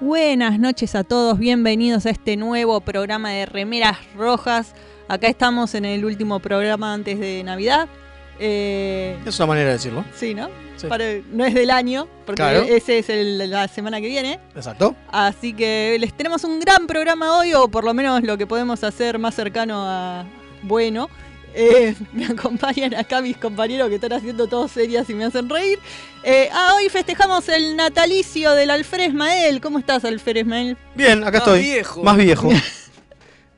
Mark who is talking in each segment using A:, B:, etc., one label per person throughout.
A: buenas noches a todos, bienvenidos a este nuevo programa de Remeras Rojas. Acá estamos en el último programa antes de Navidad. Eh,
B: Es una manera de decirlo.
A: sí, ¿no?
B: Sí.
A: Para- no es del año, porque
B: Claro.
A: ese es el- la semana que viene.
B: Exacto.
A: Así que les tenemos un gran programa hoy, o por lo menos lo que podemos hacer más cercano a bueno. Eh, me acompañan acá mis compañeros que están haciendo todo serias y me hacen reír. Eh, ah, hoy festejamos el natalicio del Alfred Mael. ¿Cómo estás, Alfred Mael?
B: Bien, acá
C: Más
B: estoy.
C: viejo.
B: Más viejo.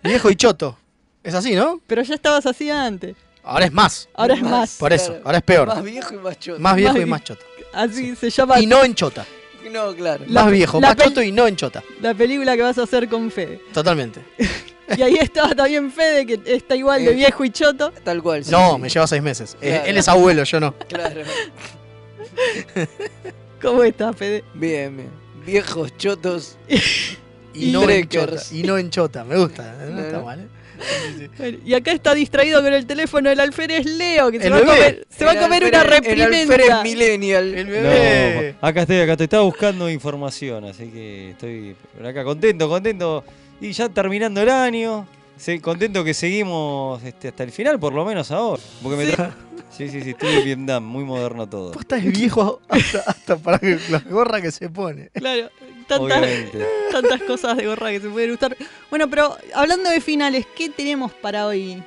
B: viejo y choto. Es así, ¿no?
A: Pero ya estabas así antes.
B: Ahora es más.
A: Ahora es más.
B: Por eso,
C: Claro.
B: ahora es peor.
C: Más viejo y más choto.
B: Más viejo
A: Más
B: y más choto.
A: Así se llama
B: Y no en chota.
C: No, claro.
A: La-
B: más viejo,
A: la
B: más
A: pel-
B: choto y no en chota.
A: la película que vas a hacer con Fede.
B: Totalmente.
A: Y ahí estaba también Fede, que está igual de
C: Eh.
A: viejo y choto.
C: Tal cual. sí,
B: No,
C: sí.
B: me lleva seis meses. Eh,
C: Claro.
B: él es abuelo, yo no.
C: Claro.
A: ¿Cómo estás, Fede?
C: Bien, bien. Viejos chotos.
B: Y
C: Y
B: no en chota.
C: trekkers.
B: Y no en chota. Me gusta. No está
C: Claro.
B: mal, ¿eh?
A: Bueno, Y acá está distraído con el teléfono el alférez Leo, que se
B: El
A: va a
B: bebé.
A: comer, se va a
C: El
A: comer
C: alférez-
A: una
C: El alférez
A: reprimenda.
C: millennial.
B: El
D: No,
C: Eh.
B: bebé.
D: acá estoy, acá estoy. Estaba buscando información, así que estoy por acá contento, contento. Y ya terminando el año, se- contento que seguimos este, hasta el final, por lo menos ahora. Porque me tra- sí, sí, sí, estoy en Vietnam, muy moderno todo.
B: Posta es viejo hasta, hasta para que- la gorra que se pone.
A: Claro, tantas,
D: Obviamente.
A: tantas cosas de gorra que se pueden gustar. Bueno, pero hablando de finales, ¿qué tenemos para hoy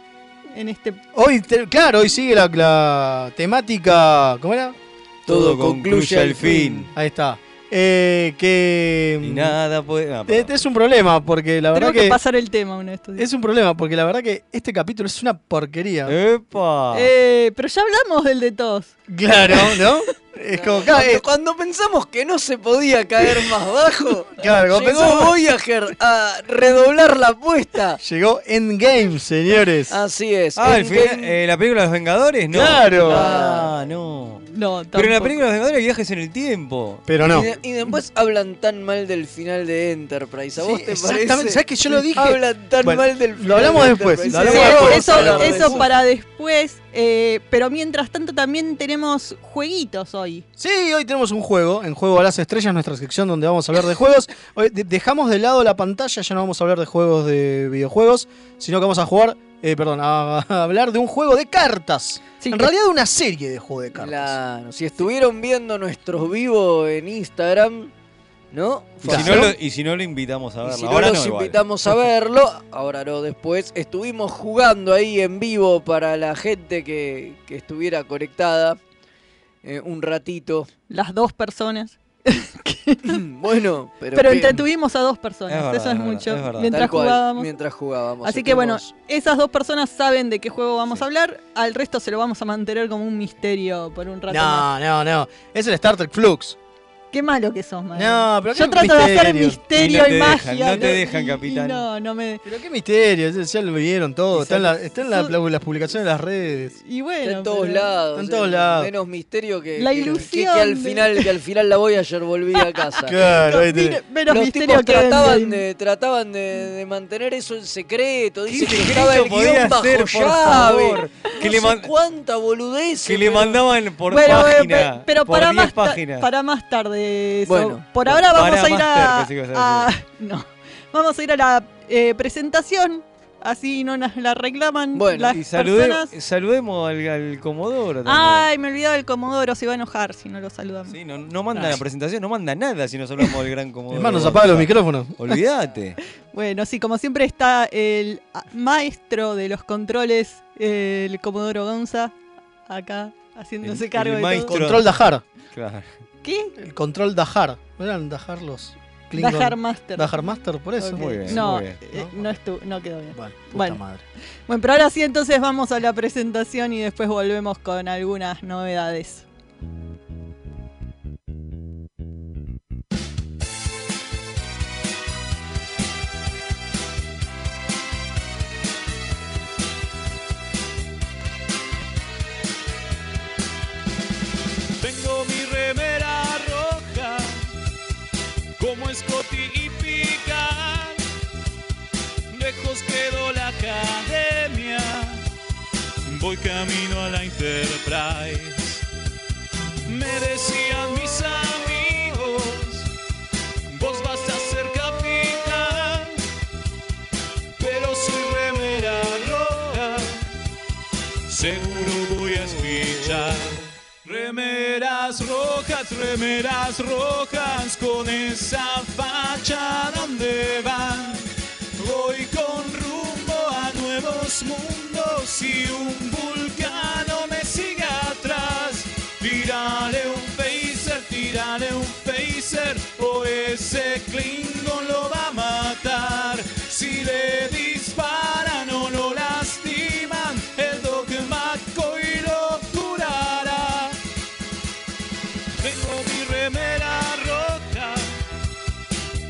A: en este
B: Hoy, te- claro, hoy sigue la, la temática. ¿Cómo era?
C: Todo concluye al fin.
B: Ahí está. Eh, que.
D: Y nada puede. ah,
B: Este es un problema, porque la verdad
A: Tenemos que,
B: que.
A: pasar el tema uno de estos días.
B: es un problema, porque la verdad que este capítulo es una porquería.
D: ¡Epa!
A: Eh, pero ya hablamos del de todos.
B: Claro, ¿no? es como. Claro,
C: Cuando,
B: eh,
C: cuando pensamos que no se podía caer más bajo,
B: claro, como
C: llegó
B: pensamos-
C: Voyager a redoblar la apuesta.
B: Llegó Endgame, señores.
C: Así es.
D: ah, al
C: Endgame-
D: final, eh, la película de Los Vengadores, no.
B: Claro.
D: Ah, no.
A: No,
D: Pero en la
A: tampoco.
D: película de Los Vengadores hay viajes en el tiempo.
B: Pero no.
C: y, de- y después hablan tan mal del final de Enterprise. ¿A vos
B: Sí,
C: te
B: exactamente.
C: parece?
B: ¿Sabés que yo lo dije?
C: Hablan tan
B: Bueno,
C: mal del
B: lo
C: final.
B: hablamos
C: de
B: después,
C: Enterprise.
B: lo
C: Sí,
B: hablamos
C: vamos
B: después.
C: a
A: Eso,
C: hablar de
A: eso para después. eh, pero mientras tanto también tenemos jueguitos hoy.
B: Sí, hoy tenemos un juego, en Juego a las Estrellas, nuestra sección donde vamos a hablar de juegos. Hoy de- dejamos de lado la pantalla, ya no vamos a hablar de juegos de videojuegos, sino que vamos a jugar, eh, perdón, a, a hablar de un juego de cartas.
A: Sí,
B: en
A: que-
B: realidad de una serie de juegos de cartas.
C: Claro, si estuvieron viendo nuestros vivos en Instagram, ¿no?
D: Y si, no
C: Fueron-
D: lo, y si no lo invitamos a
C: y
D: verlo.
C: si no
D: Ahora
C: los
D: no, igual.
C: invitamos a verlo, ahora no, después estuvimos jugando ahí en vivo para la gente que, que estuviera conectada eh, un ratito.
A: Las dos personas.
C: bueno, pero,
A: Pero
C: que-
A: entretuvimos a dos personas.
D: Es verdad,
A: Eso es,
D: es verdad,
A: mucho.
D: es verdad.
C: tal
A: mientras
C: cual,
A: jugábamos.
C: mientras jugábamos.
A: Así que bueno,
C: estuvimos-
A: esas dos personas saben de qué juego vamos
D: Sí.
A: a hablar. Al resto se lo vamos a mantener como un misterio por un rato. más.
B: No, no, no. Es el Star Trek Flux.
A: Qué malo que sos, madre.
B: No, pero
A: Yo
B: qué
A: trato de hacer
B: misterio.
A: misterio
D: Y no
A: y,
D: te
A: magia.
D: dejan, no te
A: y-
D: dejan,
A: y
D: capitán.
A: No, no me.
B: Pero qué misterio, ya- ya lo vieron todo.
D: Y
B: Está en, la-
D: son-
B: está en la-
A: son-
B: la- las publicaciones de las redes.
A: Y bueno.
C: Está en todos
A: pero-
C: lados.
B: en
C: eh,
B: todos lados.
C: Menos misterio que,
A: La
C: que- que-
A: ilusión
C: que al
A: de-
C: final, que al final la voy ayer volví a casa.
B: Claro, este, ahí
A: Mira,
B: tenés.
A: menos
C: los
A: misterio
C: tipos
A: que
C: trataban
A: Endgame.
C: de, trataban de, de mantener eso en secreto. Dice que
D: secreto
C: estaba el
D: podía
C: guión bajo
D: ser, por
C: llave.
D: favor?
C: Que
D: Que
C: no
D: le
C: sé
D: man-
C: cuánta boludez.
D: Que le mandaban por
A: Bueno, eh,
D: página.
A: pe- pero
D: por
A: para
D: 10
A: más, ta-
D: páginas.
A: para más tarde. eso.
C: Bueno,
A: por ahora
D: para
A: vamos a
D: más
A: ir
D: tarde,
A: a,
D: pensé que ibas a
A: a- no, vamos a ir a la eh, presentación. Así no nos la reclaman
C: Bueno,
A: las
D: Y salude-
A: personas.
D: saludemos al, al Comodoro también.
A: Ay, me olvidaba el Comodoro, se va a enojar si no lo saludamos.
D: Sí, no, no manda la presentación, no manda nada si no saludamos al gran Comodoro.
B: Hermano, nos apaga los micrófonos.
D: Olvídate.
A: Bueno, sí, como siempre está el ah, maestro de los controles, el Comodoro Gonza, acá haciéndose
D: El-
A: cargo
D: el
A: de todo.
D: maestro.
B: Control Dajar.
D: Claro.
A: ¿Qué?
B: El control Dajar. ¿No eran Dajar los Klingon?
A: Dajar Master.
B: Dajar Master, por eso.
A: Ok.
D: Muy bien,
A: No,
D: muy bien.
A: eh, no, estu- no quedó bien.
B: Bueno, puta
A: Bueno.
B: madre.
A: Bueno, pero ahora sí, entonces vamos a la presentación y después volvemos con algunas novedades.
E: Tengo mi remera roja, como Scotty y Picard. Lejos quedó la academia, voy camino a la Enterprise. Me decían mis amigos, vos vas a ser seguro voy a escuchar. Remeras rojas, remeras rojas, con esa facha donde van. Voy con rumbo a nuevos mundos y un vulcano me sigue atrás. Tírale un phaser, tírale un phaser, o ese Klingon lo va a matar. Si le disparan o lo lastiman, el dogma y lo curará. Tengo mi remera rota,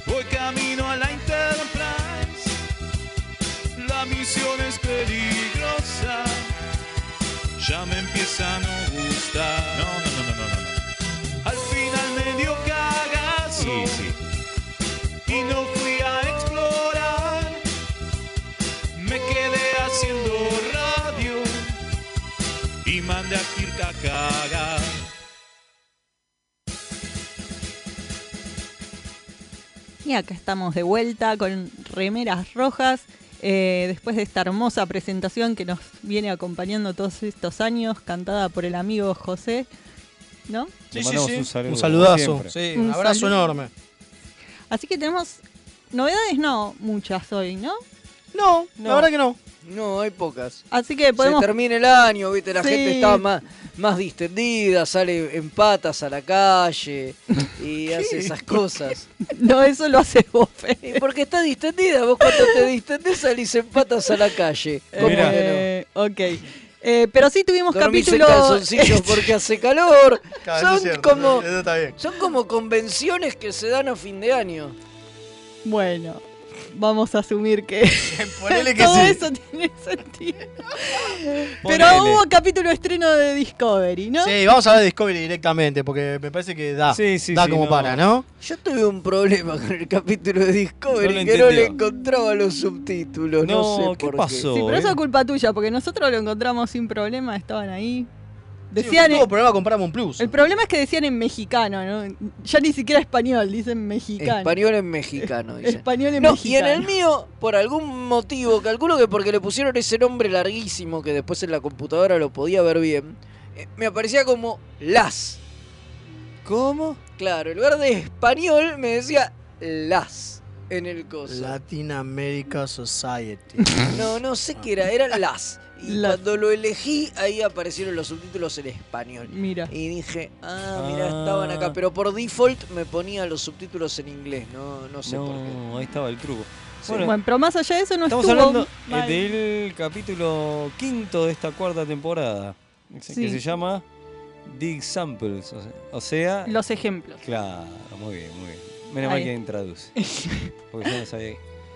E: voy camino a la Enterprise. La misión es peligrosa, ya me empieza a no gustar. No, no, no, no, no. Al final me dio cagazo y no fui a explorar. Me quedé haciendo radio y mandé a Kirk a cagar.
A: Y acá estamos de vuelta con remeras rojas. eh, después de esta hermosa presentación que nos viene acompañando todos estos años, cantada por el amigo José, ¿no?
D: Le mandamos un saludo,
B: Un saludazo.
D: como siempre.
B: Sí,
A: Un
B: un abrazo
A: saludo.
B: enorme.
A: Así que tenemos novedades, no muchas hoy, ¿no?
B: No, la verdad que no.
C: No, hay pocas.
A: Así que podemos.
C: Se termina el año, viste, la
A: Sí.
C: gente está más, más distendida, sale en patas a la calle y hace esas cosas.
A: No, eso lo hace vos, Fede.
C: Y porque está distendida, vos cuando te distendés salís en patas a la calle. ¿Cómo
D: Mirá.
C: que
A: Eh, ok. Eh, pero sí
C: no?
A: tuvimos
C: Dormís en
A: capítulos.
C: calzoncillos porque hace calor.
B: Eso
C: son,
B: es cierto,
C: como,
B: eso- eso está bien.
C: son como convenciones que se dan a fin de año.
A: Bueno, vamos a asumir que
B: Ponele que
A: todo
B: sí.
A: eso tiene sentido. Pero hubo capítulo estreno de Discovery, ¿no?
B: Sí, vamos a ver Discovery directamente, porque me parece que da.
D: Sí, sí,
B: da
D: sí,
B: como
D: no.
B: para, ¿no?
C: Yo tuve un problema con el capítulo de Discovery
D: No lo
C: que no le
D: entendió.
C: encontraba los subtítulos. No,
D: No,
C: sé
D: ¿qué
C: por
D: pasó?
A: Sí, pero eso
D: eh.
A: es culpa tuya, porque nosotros lo encontramos sin problema, estaban ahí. Decían.
B: Sí, tuvo problema con Paramount Plus.
A: el problema es que decían en mexicano, ¿no? Ya ni siquiera español, dicen mexicano.
C: Español en mexicano, dice.
A: Español en
C: No, y en
A: mexicano.
C: el mío, por algún motivo, calculo que porque le pusieron ese nombre larguísimo que después en la computadora lo podía ver bien, eh, me aparecía como las.
D: ¿Cómo?
C: Claro, en lugar de español me decía las en el coso.
B: Latin America Society.
C: No, no sé qué era, era las. Y
A: Las.
C: cuando lo elegí, ahí aparecieron los subtítulos en español.
A: Mira.
C: Y dije, ah, mirá,
D: Ah.
C: estaban acá. Pero por default me ponía los subtítulos en inglés, no, no sé por qué.
D: No, ahí estaba el truco.
C: Sí.
D: Bueno,
A: Bueno, pero más allá de eso no
D: estamos
A: estuvo
D: hablando eh,
A: mal.
D: del capítulo quinto de esta cuarta temporada, que
A: Sí.
D: se llama The Examples, o se- o sea...
A: los ejemplos.
D: Claro, muy bien, muy bien. Menos mal
A: Ahí.
D: que traduce, porque yo no sabía.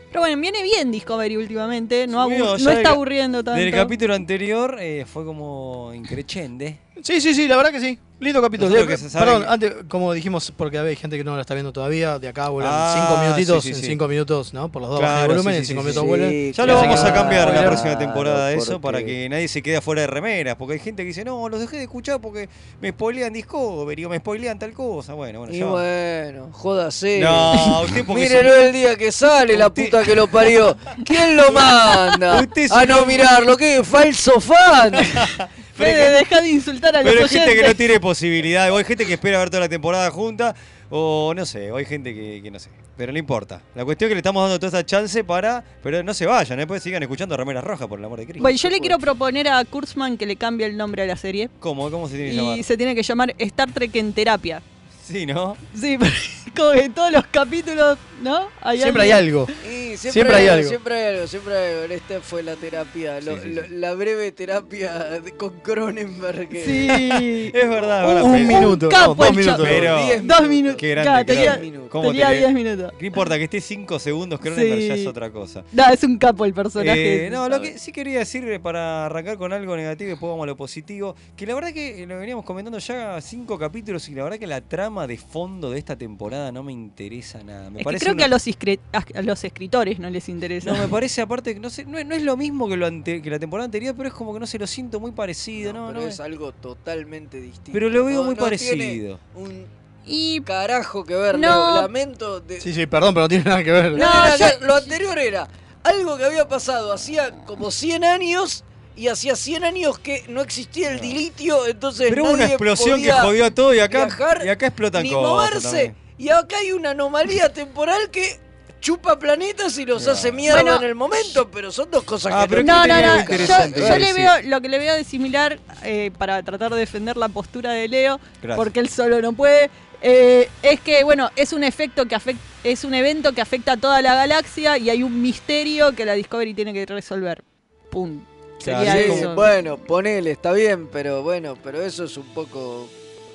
A: Pero bueno, viene bien Discovery últimamente, no,
D: Subió,
A: abu-
D: ya
A: no
D: del
A: está
D: ca-
A: aburriendo tanto.
D: Del capítulo anterior eh, fue como increchende.
B: Sí, sí, sí, la verdad que sí. Lindo capítulo.
D: Nosotros
B: De-
D: que se sabe
B: perdón,
D: que-
B: antes, como dijimos, porque hay gente que no la está viendo todavía, de acá vuelan
D: Ah,
B: cinco minutitos,
D: sí, sí,
B: en
D: sí.
B: cinco minutos, ¿no? Por los dos
D: Claro,
B: bajan el volumen,
D: sí,
B: en
D: sí,
B: cinco
D: sí,
B: minutos
D: sí.
B: vuelan.
D: Ya lo
B: Así
D: vamos
B: que-
D: a cambiar la
B: Claro,
D: próxima temporada eso para
C: porque-
D: que nadie se quede afuera de remeras, porque hay gente que dice, no, los dejé de escuchar porque me spoilean Discovery o me spoilean tal cosa. Bueno, bueno,
C: Y
D: ya. va.
C: bueno, jódase.
D: No, usted porque
C: Mírenlo
D: es
C: el día que sale, la
D: Usted-
C: puta que lo parió. ¿Quién lo manda?
D: Usted es
C: a
D: un
C: no
D: hombre-
C: mirarlo, qué falso fan.
A: Fede, deja de insultar a
D: Pero hay
A: los
D: gente
A: oyentes.
D: que no tiene posibilidad, o hay gente que espera ver toda la temporada junta, o no sé, o hay gente que, que no sé. Pero no importa. La cuestión es que le estamos dando toda esta chance para. Pero no se vayan, ¿eh? después sigan escuchando Remeras Rojas, por el amor de Cristo.
A: Bueno, yo le quiero proponer a Kurtzman que le cambie el nombre a la serie.
D: ¿Cómo? ¿Cómo se tiene que llamar?
A: Y se tiene que llamar Star Trek en terapia.
D: Sí, ¿no?
A: Sí, como que todos los capítulos, ¿no?
B: Siempre hay algo.
C: Y
B: Siempre hay algo.
C: Siempre hay algo, siempre hay algo. Esta fue la terapia, lo-
D: Sí, sí,
C: lo-
D: sí.
C: la breve terapia de- con Cronenberg. que-
A: Sí.
D: Es verdad,
A: Un-
D: es verdad.
B: Un
D: Ah, pero-
B: minuto,
A: capo
B: no, dos
A: el
B: minutos.
A: chavo.
D: Pero-
C: Diez
A: Dos minutos.
D: Qué grande,
A: Claro,
D: Cronenberg.
A: tenía,
C: minutos.
D: ¿Cómo
A: tenía
D: te le-
A: 10 minutos.
D: No importa, que esté 5 segundos, Cronenberg
A: Sí.
D: ya es otra cosa.
A: No, es un capo el personaje.
D: Eh, no, lo que sí quería decir eh, para arrancar con algo negativo y después vamos a lo positivo, que la verdad que eh, lo veníamos comentando ya cinco capítulos y la verdad que la trama de fondo de esta temporada no me interesa nada.
A: Es
D: Me
A: que
D: parece
A: creo que
D: una-
A: a los, iscre- a- a los escritores no les interesa.
D: No, me parece aparte que no, sé, no, es, no es lo mismo que, lo ante- que la temporada anterior, pero es como que no se lo siento muy parecido,
C: No,
D: ¿no?
C: pero
D: no
C: es
D: es-
C: algo totalmente distinto.
D: pero lo veo
C: No-
D: muy
C: no tiene
D: parecido.
C: un
A: y
C: carajo que ver,
A: No.
C: Leo. Lamento. de-
B: Sí, sí, perdón, pero no tiene nada que ver.
C: No,
A: No,
C: era
A: yo-
C: que- lo anterior era algo que había pasado hacía como 100 años y hacía 100 años que no existía el dilitio, entonces
D: Pero hubo una
C: nadie
D: explosión que
C: podía
D: jodió a todo y acá,
C: viajar,
D: y acá explotan
C: ni
D: cosas
C: moverse.
D: también.
C: Y acá hay una anomalía temporal que chupa planetas y los
D: Claro.
C: hace mierda
A: Bueno.
C: en el momento, pero son dos cosas
D: Ah,
C: que
D: pero
A: No,
D: que
A: no,
D: tenía algo
A: no.
D: interesante,
A: Yo, yo
D: dale,
A: le
D: sí.
A: veo, lo que le veo de similar, eh, para tratar de defender la postura de Leo,
D: Gracias.
A: porque él solo no puede, eh, es que, bueno, es un efecto que afecta, es un evento que afecta a toda la galaxia y hay un misterio que la Discovery tiene que resolver. Pum.
D: Claro,
A: Sería
D: sí,
A: eso.
C: Bueno, ponele, está bien, pero bueno, pero eso es un poco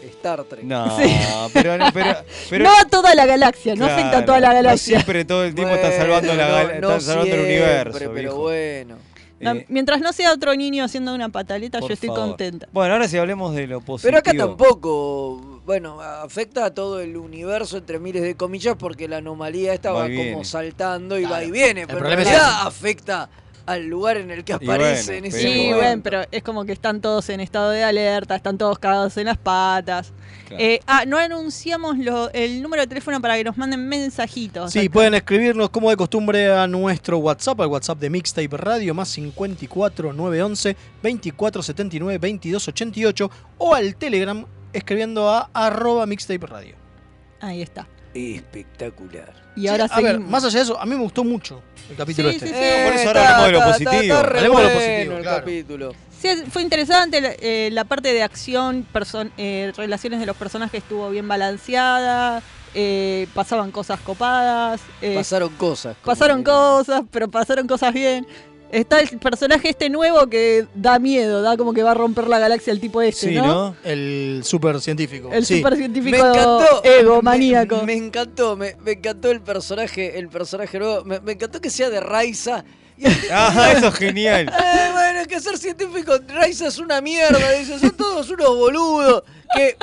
C: Star Trek.
D: No,
A: Sí.
D: pero no, pero, pero
A: no a toda la galaxia, no afecta a
D: Claro,
A: toda la
D: no
A: galaxia.
D: siempre todo el tiempo está salvando, la, gal-
C: Bueno, no- no
D: está salvando el
C: siempre,
D: universo.
C: Pero
D: viejo.
C: bueno.
A: No,
D: Eh,
A: mientras no sea otro niño haciendo una pataleta,
D: por
A: yo estoy
D: favor.
A: contenta.
D: Bueno, ahora si hablemos de lo positivo.
C: Pero acá tampoco. Bueno, afecta a todo el universo entre miles de comillas porque la anomalía esta
D: Va
C: va
D: y viene.
C: como saltando y va y viene. Pero en
B: problema es
C: realidad afecta al lugar en el que
D: bueno,
C: aparece en ese
D: pero-
A: Sí,
C: momento.
A: bueno, pero es como que están todos en estado de alerta, están todos cagados en las patas.
D: Claro.
A: Eh, ah, no anunciamos lo- el número de teléfono para que nos manden mensajitos.
B: Sí, pueden escribirnos como de costumbre a nuestro WhatsApp, al WhatsApp de Mixtape Radio, más 54 911 2479 2288 o al Telegram escribiendo a arroba Mixtape Radio.
A: Ahí está.
C: Espectacular.
A: Y ahora
B: a ver,
A: seguimos.
B: más allá de eso, a mí me gustó mucho el capítulo
A: Sí,
B: este.
A: sí,
D: por eso ahora hablamos de lo positivo.
C: Está, re
B: Hablemos de lo
C: bueno
B: positivo,
C: el
B: claro.
C: capítulo.
A: Sí, fue interesante la, eh, la parte de acción, person- eh, relaciones de los personajes estuvo bien balanceada, eh, pasaban cosas copadas, eh,
C: Pasaron cosas. como
A: pasaron
C: diría.
A: cosas, pero pasaron cosas bien. Está el personaje este nuevo que da miedo, da como que va a romper la galaxia el tipo este,
D: Sí,
A: ¿no?
D: ¿no?
B: El super científico.
A: El
B: sí.
A: super
C: Me
A: científico
C: encantó.
A: ego
C: me-
A: maníaco.
C: Me, encantó, me, me encantó el personaje, el personaje nuevo. Me, me encantó que sea de Raiza. Y-
D: Ah, eso es genial.
C: Eh, bueno, es que ser científico Raiza es una mierda. Dice, son todos unos boludos. Que,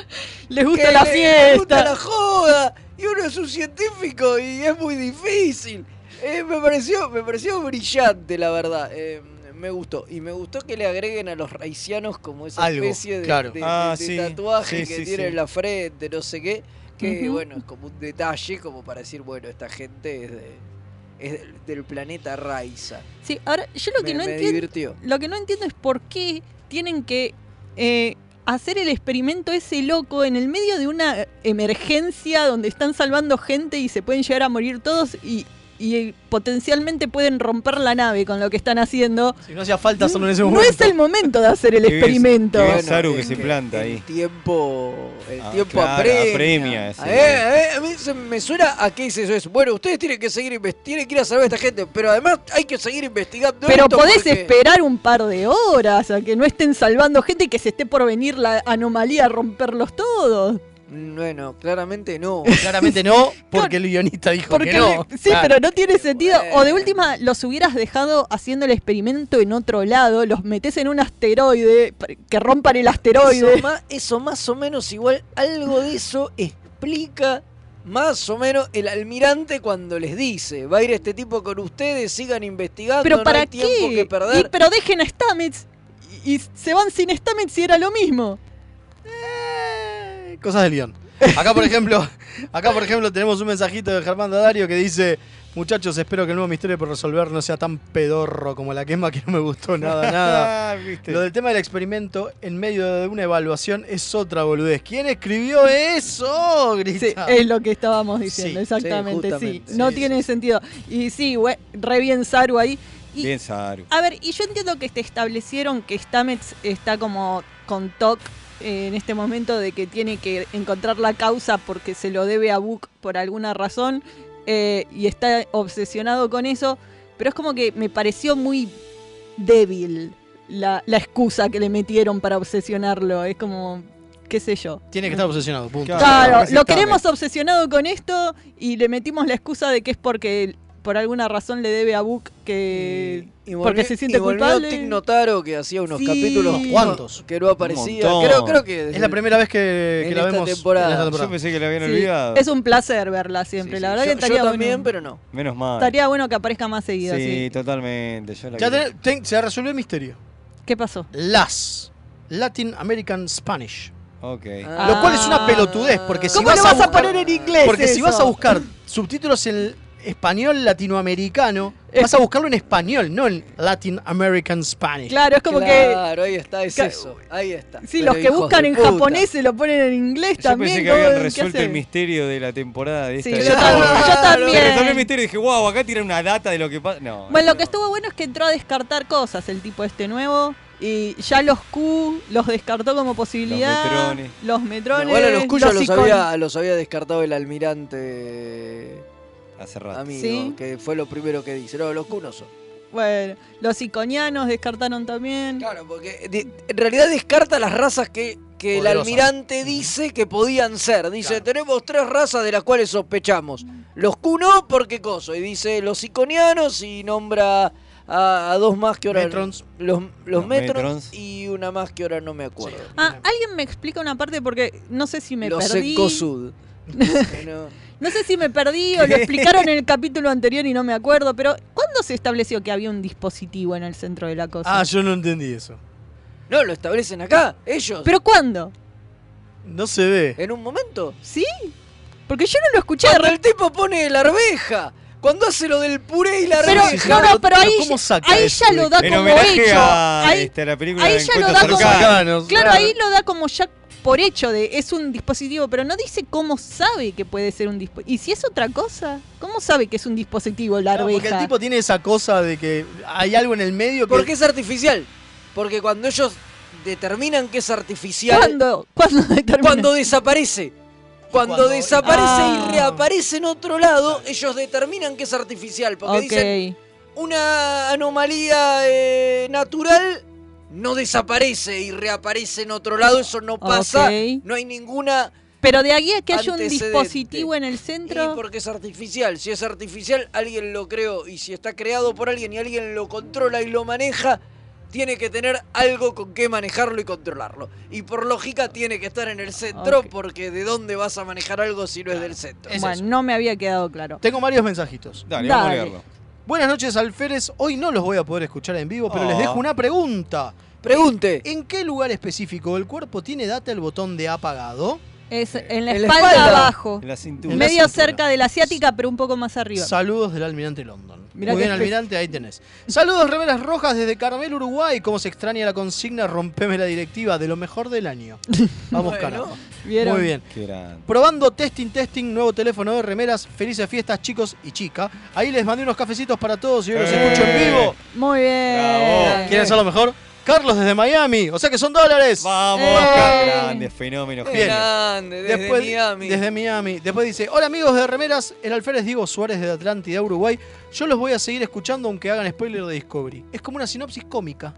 A: Les gusta
C: que
A: la
C: les gusta
A: fiesta.
C: la joda. Y uno es un científico y es muy difícil. Eh, me, pareció, me pareció brillante, la verdad. Eh, me gustó. Y me gustó que le agreguen a los raicianos como esa
B: Algo,
C: especie de,
B: claro.
C: de- de-
D: Ah,
C: de
D: sí.
C: tatuaje
D: Sí,
C: que
D: sí,
C: tiene
D: sí.
C: en la frente, no sé qué. Que
A: Ujú.
C: bueno, es como un detalle, como para decir, bueno, esta gente es, de- es del- del planeta Raiza.
A: Sí, ahora, yo lo que
C: Me-
A: no
C: me
A: entiendo.
C: divirtió.
A: Lo que no entiendo es por qué tienen que eh, hacer el experimento ese loco en el medio de una emergencia donde están salvando gente y se pueden llegar a morir todos y, y eh, potencialmente pueden romper la nave con lo que están haciendo.
B: Si no hacía falta solo en ese
A: No
B: momento.
A: es el momento de hacer el
D: Qué bien,
A: experimento.
D: qué bien. Saru que se
C: el-
D: planta
C: el
D: ahí.
C: Tiempo, el
D: Ah,
C: tiempo
D: claro,
C: apremia.
D: apremia, sí.
C: A, ver, a ver, a mí se me suena a que dice eso. es, Bueno, ustedes tienen que seguir inves- tienen que ir a salvar a esta gente, pero además hay que seguir investigando.
A: Pero
C: esto
A: podés
C: porque-
A: esperar un par de horas a que no estén salvando gente y que se esté por venir la anomalía a romperlos todos.
C: Mm, Bueno, claramente no.
B: Claramente no, porque el guionista dijo
A: Porque
B: que no.
A: sí,
B: Claro.
A: pero no tiene sentido. O de
C: bueno.
A: última, los hubieras dejado haciendo el experimento en otro lado, los metes en un asteroide, para- que rompan el
C: Eso
A: asteroide.
C: más, eso más o menos igual, algo de eso explica más o menos el almirante cuando les dice, va a ir este tipo con ustedes, sigan investigando,
A: Pero
C: no
A: ¿para
C: hay tiempo
A: qué?
C: que perder.
A: Y- pero dejen a Stamets y, y se van sin Stamets y era lo mismo.
B: Eh, Cosas del guión. Acá por ejemplo, acá por ejemplo tenemos un mensajito de Germán Dadario que dice, muchachos, espero que el nuevo misterio por resolver no sea tan pedorro como la quema que no me gustó nada, nada.
D: Ah, ¿viste?
B: Lo del tema del experimento en medio de una evaluación es otra boludez. ¿Quién escribió eso?
A: Sí,
B: Grita.
A: es lo que estábamos diciendo,
B: Sí,
A: exactamente. Sí,
C: justamente.
A: no
B: Sí,
A: tiene
B: sí,
A: sentido. Y sí, güey, re bien Saru ahí. Y
D: Bien, Saru.
A: A ver, y yo entiendo que te establecieron que Stamets está como con TOC eh, en este momento de que tiene que encontrar la causa porque se lo debe a Book por alguna razón eh, y está obsesionado con eso, pero es como que me pareció muy débil la, la excusa que le metieron para obsesionarlo, es como, qué sé yo.
B: Tiene que estar obsesionado, punto.
D: Claro.
A: Claro,
D: parece
A: lo
D: tarde.
A: queremos obsesionado con esto y le metimos la excusa de que es porque por alguna razón le debe a Book que...
C: Y
A: Porque se siente
C: y volvió
A: culpable.
C: Tig Notaro que hacía unos
A: Sí.
C: capítulos
B: Unos cuantos.
C: Ah, que no aparecía.
D: Un montón.
C: Creo, creo que
B: Es la primera vez que, que
C: En
B: la
C: esta
B: vemos
C: temporada.
B: en esta
D: Yo pensé que lo habían
A: Sí,
D: olvidado.
A: Es un placer verla siempre.
C: Sí,
A: la
C: sí.
A: verdad
C: yo,
A: que estaría
C: yo también,
A: bueno.
C: pero no.
D: Menos mal.
A: Estaría bueno que aparezca más seguido,
D: sí,
A: sí.
D: totalmente. Yo la
B: Ya
D: quiero.
B: ten- ten- se resolvió el misterio.
A: ¿Qué pasó?
B: Las Latin American Spanish.
D: Ok.
C: Ah.
B: Lo cual es una pelotudez, porque si
A: ¿Cómo
B: vas
A: lo
B: a
A: vas a
B: buscar-
A: poner en inglés?
B: Porque si vas a
A: eso?
B: buscar subtítulos en español latinoamericano, vas a buscarlo en español, no en Latin American Spanish.
A: Claro, es como que.
C: Claro, ahí está, es
A: Ca-
C: eso. Ahí está.
A: Sí,
C: Pero
A: los que
C: hijos
A: buscan
C: de
A: en
C: puta.
A: japonés se lo ponen en inglés
D: Yo
A: también.
D: pensé que
A: ¿cómo-
D: habían
A: qué
D: resuelto
A: hace?
D: el misterio de la temporada de
A: Sí,
D: esta.
A: yo,
C: Claro.
A: también- yo
C: Se
D: Se resolvió el
A: también.
D: misterio y dije, wow, acá tiran una data de lo que pasa. No.
A: Bueno, lo que estuvo bueno es que entró a descartar cosas el tipo este nuevo. Y ya los Q los descartó como posibilidad.
D: metrones.
A: Los metrones.
C: Bueno, los cuyos los,
A: eh, icon-
C: había, los había descartado el almirante
D: Hace rato.
C: amigo,
A: Sí.
C: que fue lo primero que dice. No, los cunos son.
A: Bueno, los iconianos descartaron también.
C: Claro, porque de- en realidad descarta las razas que, que el
B: Poderosas.
C: almirante dice que podían ser. Dice,
B: Claro.
C: tenemos tres razas de las cuales sospechamos. Los Q no, porque coso. Y dice los iconianos y nombra a, a dos más que ahora...
B: Metrons.
C: Los, los,
D: Los
C: metrons,
D: Metrons.
C: y una más que ahora no me acuerdo.
A: Ah, alguien me explica una parte porque no sé si me
C: los
A: perdí.
C: Ecosud. Bueno,
A: No sé si me perdí o lo explicaron en el capítulo anterior y no me acuerdo, pero ¿cuándo se estableció que había un dispositivo en el centro de la cosa?
B: Ah, yo no entendí eso.
C: no, lo establecen acá,
D: Ah.
C: ellos.
A: ¿Pero cuándo?
B: No se
A: Eh,
B: ve.
C: En un momento.
A: ¿Sí? Porque yo no lo escuché de
C: Cuando
A: repente.
C: el tipo pone la arveja. Cuando hace lo del puré
B: Ah,
C: y la
A: Pero,
C: arveja.
A: no, no, pero ahí,
B: Pero ¿cómo saca
A: ahí
B: eso
A: ya
B: de-
A: lo da
D: En
A: como
D: homenaje
A: hecho.
D: a,
A: Ahí-
D: este, la película
A: ahí
D: de
A: ya lo
D: Encuentro
A: da como-
D: Cercano.
B: Cercanos.
A: claro, ahí lo da como ya por hecho de es un dispositivo, pero no dice cómo sabe que puede ser un dispositivo. ¿Y si es otra cosa? ¿Cómo sabe que es un dispositivo la
B: Claro, porque el
A: arveja?
B: tipo tiene esa cosa de que hay algo en el medio que.
C: Porque es artificial. Porque cuando ellos determinan que es artificial,
A: ¿Cuándo? ¿Cuándo determina?
C: cuando desaparece. Cuando,
B: cuando-
C: desaparece
A: Ah.
C: y reaparece en otro lado, ellos determinan que es artificial. Porque
A: Ok.
C: dicen, una anomalía eh, natural no desaparece y reaparece en otro lado, eso no pasa.
A: Ok.
C: No hay ninguna...
A: Pero de ahí a que haya un
C: Antecedente.
A: dispositivo en el
C: Y
A: centro.
C: porque es artificial. Si es artificial, alguien lo creó. Y si está creado por alguien y alguien lo controla y lo maneja, tiene que tener algo con qué manejarlo y controlarlo. Y por lógica tiene que estar en el centro
A: Ok.
C: porque ¿de dónde vas a manejar algo si no es del centro?
A: bueno, no me había quedado claro.
B: Tengo varios mensajitos.
D: Dale, vamos a
A: Dale.
D: leerlo.
B: Buenas noches, Alférez. Hoy no los voy a poder escuchar en vivo, pero
D: Oh.
B: les dejo una pregunta.
C: Pregunte.
B: ¿En qué lugar específico del cuerpo tiene data el botón de apagado?
A: Es en la
C: Eh, En la
A: espalda,
C: espalda.
A: abajo.
D: En la cintura.
B: En la
A: Medio
B: cintura.
A: cerca de la asiática, pero un poco más arriba.
B: Saludos del almirante London.
A: Mirá
B: Muy
A: qué
B: bien,
A: espe-
B: almirante, ahí tenés. Saludos, remeras rojas desde Carmel, Uruguay. Como se extraña la consigna, rompeme la directiva de lo mejor del año. Vamos,
C: Bueno.
B: carajo.
A: ¿Vieron?
B: Muy bien.
D: Qué grande.
B: Probando testing, testing, nuevo teléfono de remeras. Felices fiestas, chicos y chica. Ahí les mandé unos cafecitos para todos y hoy los
D: Eh.
B: escucho en vivo.
A: Muy bien. Eh.
D: Bravo.
B: ¿Quieren ser lo mejor? Carlos desde Miami. O sea que son dólares.
D: Vamos,
A: Eh.
D: qué grande, fenómeno.
C: Qué
D: genio.
C: grande, desde
B: Después-
C: Miami.
B: Desde Miami. Después dice, hola amigos de Remeras, el alférez Diego Suárez de Atlántida, Uruguay. Yo los voy a seguir escuchando aunque hagan spoiler de Discovery. Es como una sinopsis cómica.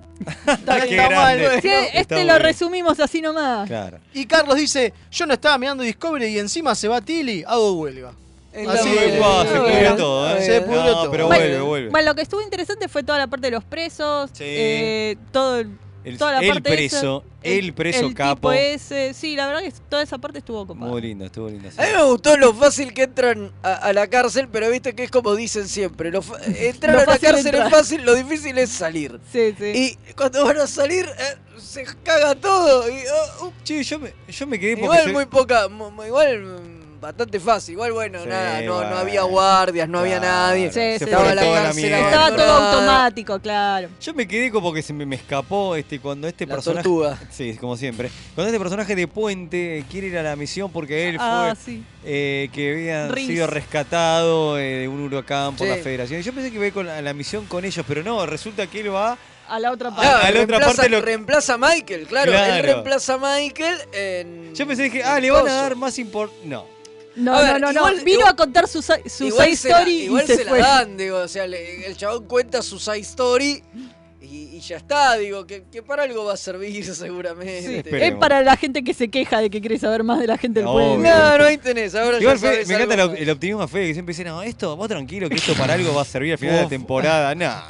D: Qué grande.
B: bueno.
A: Sí,
D: Está
A: este
D: muy
A: lo
D: bien.
A: resumimos así nomás.
D: Claro.
B: Y Carlos dice, yo no estaba mirando Discovery y encima se va Tilly, hago huelga.
C: En
B: Así
C: la-
B: es,
D: Ah, se
C: Bueno,
D: pudrió todo, ¿eh?
B: Se pudrió
D: No,
B: todo.
D: Pero
A: Bueno,
D: vuelve, vuelve.
A: Bueno, lo que estuvo interesante fue toda la parte de los presos,
D: Sí.
A: eh, todo el,
D: el,
A: toda la
D: el
A: parte
D: preso,
A: esa,
D: el preso
A: el
D: capo.
A: tipo ese. Sí, la verdad que toda esa parte estuvo copada.
D: Muy lindo, estuvo lindo. sí.
C: A mí
A: Eh,
C: me gustó lo fácil que entran a, a la cárcel, pero viste que es como dicen siempre. Lo fa- entrar
A: Lo
C: a la
A: fácil
C: cárcel
A: entrar.
C: es fácil, lo difícil es salir.
A: Sí, sí.
C: Y cuando van a salir, eh, se caga todo. Y, oh, uh,
D: Che, yo me, yo me quedé porque
C: igual
D: se-
C: muy poca, mu- mu- igual mm, bastante fácil. Igual bueno,
D: Sí,
C: nada, no, no
D: bueno.
C: había guardias, no había
D: Claro,
C: nadie.
A: Sí,
D: se
A: sí,
D: fue
A: estaba
C: la
D: toda la
C: cárcel,
D: mierda.
A: Estaba todo
C: abandonada.
A: automático, claro.
D: Yo me quedé como que se me, me escapó este cuando este
C: La
D: personaje.
C: tortuga.
D: Sí, como siempre. Cuando este personaje de Puente quiere ir a la misión porque él
A: Ah,
D: fue
A: sí.
D: eh, que había
A: Riz.
D: sido rescatado eh, de un huracán por
C: Sí.
D: la Federación. Y Yo pensé que iba a ir con la, la misión con ellos, pero no, resulta que él va.
A: A la otra parte.
C: Claro,
D: a la Ah, otra
C: reemplaza,
D: parte lo-
C: reemplaza a Michael, claro, Él
D: Claro.
C: reemplaza a Michael en.
D: Yo pensé que,
C: en
D: ah, le van a
C: coso.
D: dar más importancia. No.
A: No,
C: A ver,
A: no, no, no.
C: igual-
A: Vino
C: igual-
A: a contar su, sa- su side
C: se la-
A: story
C: igual
A: y se,
C: se la
A: fue.
C: dan, digo, o sea, le- el chabón cuenta su side story y, y ya está, digo, que, que para algo va a servir
D: Sí,
C: seguramente.
D: espere.
A: es
D: Esperemos.
A: para la gente que se queja de que quiere saber más de la gente del
D: No,
A: pueblo.
C: no, no, ahí tenés, ahora
D: Igual
C: ya
D: Fede,
C: sabes
D: me encanta
C: algo
D: la-
C: más.
D: el optimismo de Fede que siempre dice, no, esto, vos tranquilo, que esto para algo va a servir al final de la
B: Uf.
D: temporada. Nah.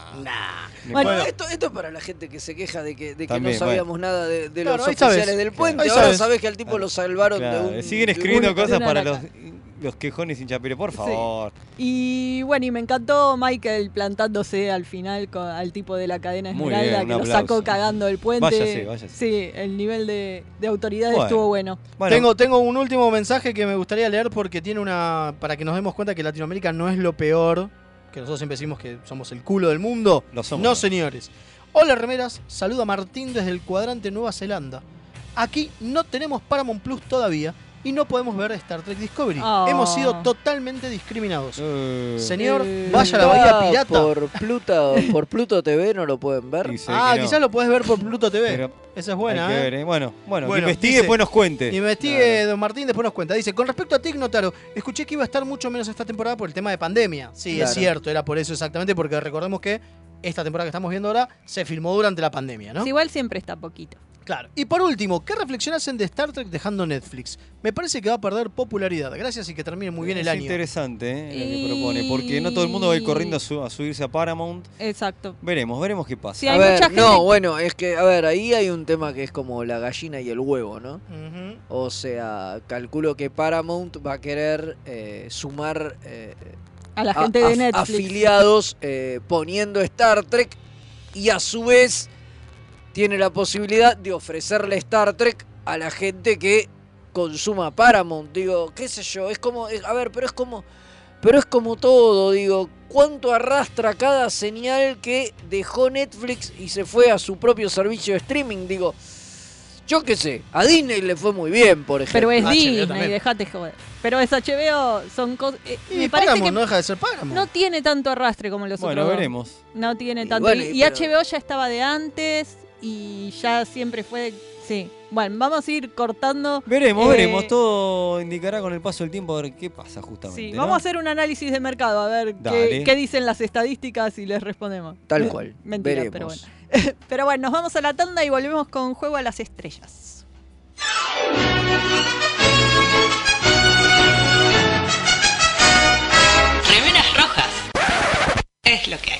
A: Bueno,
C: Bueno, esto, esto es para la gente que se queja de que, de que
D: También,
C: no sabíamos nada de, de
B: Claro,
C: los
B: ahí
C: oficiales
B: sabes.
C: del puente.
B: Ahí
C: Ahora
B: sabes.
C: sabés que al tipo lo salvaron
D: Claro, eh,
C: de un...
D: siguen
C: de
D: escribiendo
C: un-
A: de
D: cosas
A: una
D: para los
A: lata.
D: los quejones hincha, pero por favor.
A: Y bueno, y me encantó Michael plantándose al final co- al tipo de la cadena
D: Muy
A: Esmeralda
D: bien, un
A: que lo
D: aplauso.
A: sacó cagando el puente.
D: Váyase, váyase.
A: Sí, el nivel de, de autoridad
D: Bueno.
A: estuvo bueno.
D: Bueno,
B: Tengo, tengo un último mensaje que me gustaría leer porque tiene una. para que nos demos cuenta que Latinoamérica no es lo peor, que nosotros siempre decimos que somos el culo del mundo.
D: Lo somos.
B: No, señores. Hola, remeras. Saluda Martín desde el cuadrante Nueva Zelanda. Aquí no tenemos Paramount Plus todavía y no podemos ver Star Trek Discovery.
A: Ah.
B: Hemos sido totalmente discriminados.
D: eh,
B: Señor,
A: Eh,
B: vaya a la Bahía
C: Ah,
B: Pirata.
C: Por Pluto, por Pluto TV no lo pueden ver.
D: y sé
B: Ah,
D: que no.
B: quizás lo puedes ver por Pluto TV.
D: Pero
B: Esa es
D: hay
B: buena,
D: que
B: ¿eh?
D: ver, este. ¿eh? Bueno, bueno, que
B: Bueno,
D: investigue y
B: dice-
D: después nos cuente.
B: Investigue, don Martín, después nos cuenta. Dice, con respecto a Tic Notaro, escuché que iba a estar mucho menos esta temporada por el tema de pandemia. Sí,
C: Claro.
B: es cierto, era por eso exactamente, porque recordemos que esta temporada que estamos viendo ahora se filmó durante la pandemia, ¿no?
A: Sí, igual siempre está poquito.
B: Claro. Y por último, ¿qué reflexión hacen de Star Trek dejando Netflix? Me parece que va a perder popularidad. Gracias y que termine muy bien
D: es
B: el año.
D: interesante eh, lo que
A: Y-
D: propone, porque no todo el mundo va a ir corriendo a, su- a subirse a Paramount.
A: Exacto.
D: Veremos, veremos qué pasa.
A: Sí,
C: a
A: hay
C: ver,
A: mucha gente-
C: no, bueno, es que, a ver, ahí hay un tema que es como la gallina y el huevo, ¿no?
B: Ujú.
C: O sea, calculo que Paramount va a querer eh, sumar eh,
A: A la
C: a-
A: gente de
C: af-
A: Netflix.
C: afiliados eh, poniendo Star Trek y a su vez tiene la posibilidad de ofrecerle Star Trek a la gente que consuma Paramount. Digo, qué sé yo, es como, es- a ver, pero es como, pero es como todo, digo, cuánto arrastra cada señal que dejó Netflix y se fue a su propio servicio de streaming, digo. Yo qué sé, a Disney le fue muy bien, por ejemplo.
A: Pero es
B: HBO
A: Disney,
B: también.
A: dejate joder. Pero es HBO, son cosas...
B: Y
A: me parece
B: Paramount,
A: que
B: no
A: no,
B: deja de ser Paramount.
A: tiene tanto arrastre como los
D: bueno,
A: otros. dos.
D: veremos.
A: No tiene
C: Y
A: tanto.
C: bueno,
A: y y
C: y pero-
A: HBO ya estaba de antes y ya siempre fue... Sí. Bueno, vamos a ir cortando...
D: Veremos,
A: Eh,
D: veremos. Todo indicará con el paso del tiempo a ver qué pasa justamente.
A: Sí,
D: ¿no?
A: vamos a hacer un análisis de mercado, a ver qué,
D: Dale.
A: qué dicen las estadísticas y les respondemos.
C: Tal
A: Eh,
C: cual.
A: Mentira,
C: Veremos.
A: pero bueno. Pero bueno, nos vamos a la tanda y volvemos con Juego a las Estrellas.
F: Remeras rojas. Es lo que hay.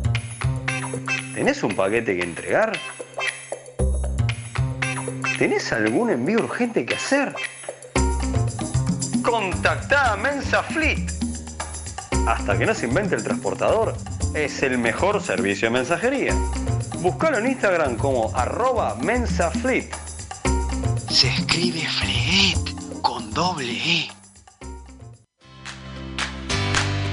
G: ¿Tenés un paquete que entregar? ¿Tenés algún envío urgente que hacer? Contactá a Mensa Fleet. Hasta que no se invente el transportador, es el mejor servicio de mensajería. Buscalo en Instagram como arroba mensafleet.
H: Se escribe Fleet con doble E.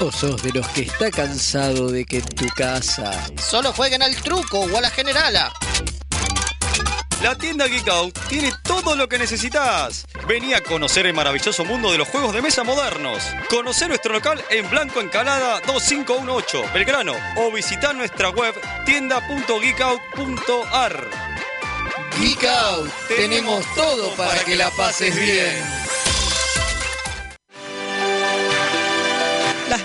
C: O sos de los que está cansado de que en tu casa.
H: Solo jueguen al truco o a la generala.
I: La tienda Geek Out tiene todo lo que necesitas. Vení a conocer el maravilloso mundo de los juegos de mesa modernos. Conocer nuestro local en Blanco Encalada 2518, Belgrano, o visitar nuestra web tienda.geekout.ar.
H: Geek Out, tenemos todo para que la pases bien.
J: Las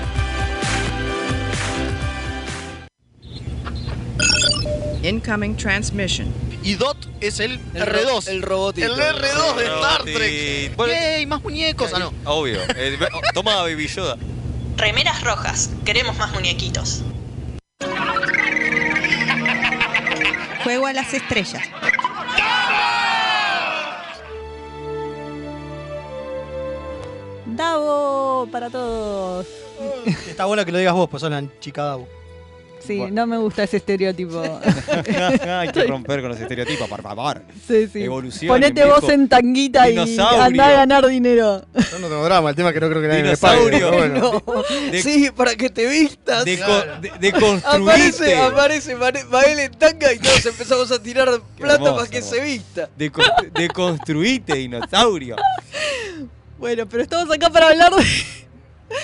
K: Incoming transmission.
B: Y Dot es el,
K: El ro-
B: R2.
K: el robotito.
B: El R2 de Star
D: Robotito.
B: Trek.
D: Bueno,
B: ¡Yay! Más muñecos. Ah, no.
D: Obvio.
I: Eh,
D: El- oh, toma Baby Yoda.
J: Remeras rojas, queremos más muñequitos. Juego a las estrellas.
A: Davo para todos.
B: Está bueno que lo digas vos, pues sos la chica Davo.
A: Sí, no me gusta ese estereotipo.
D: Hay que romper con los estereotipos, por favor.
A: Sí, sí.
D: Evolución.
A: Ponete vos en tanguita y
D: Dinosaurio.
A: andá a ganar dinero.
B: Yo no tengo drama, el tema es que no creo que nadie me pague.
D: Dinosaurio.
B: pero bueno.
C: Sí, para que te vistas.
D: De,
C: Claro.
D: co- de- de construirte.
C: Aparece, aparece Mane- Mael en tanga y todos empezamos a tirar plata
D: hermoso,
C: para que
D: hermoso.
C: se vista.
D: De, co- de construirte, dinosaurio.
A: Bueno, pero estamos acá para hablar de,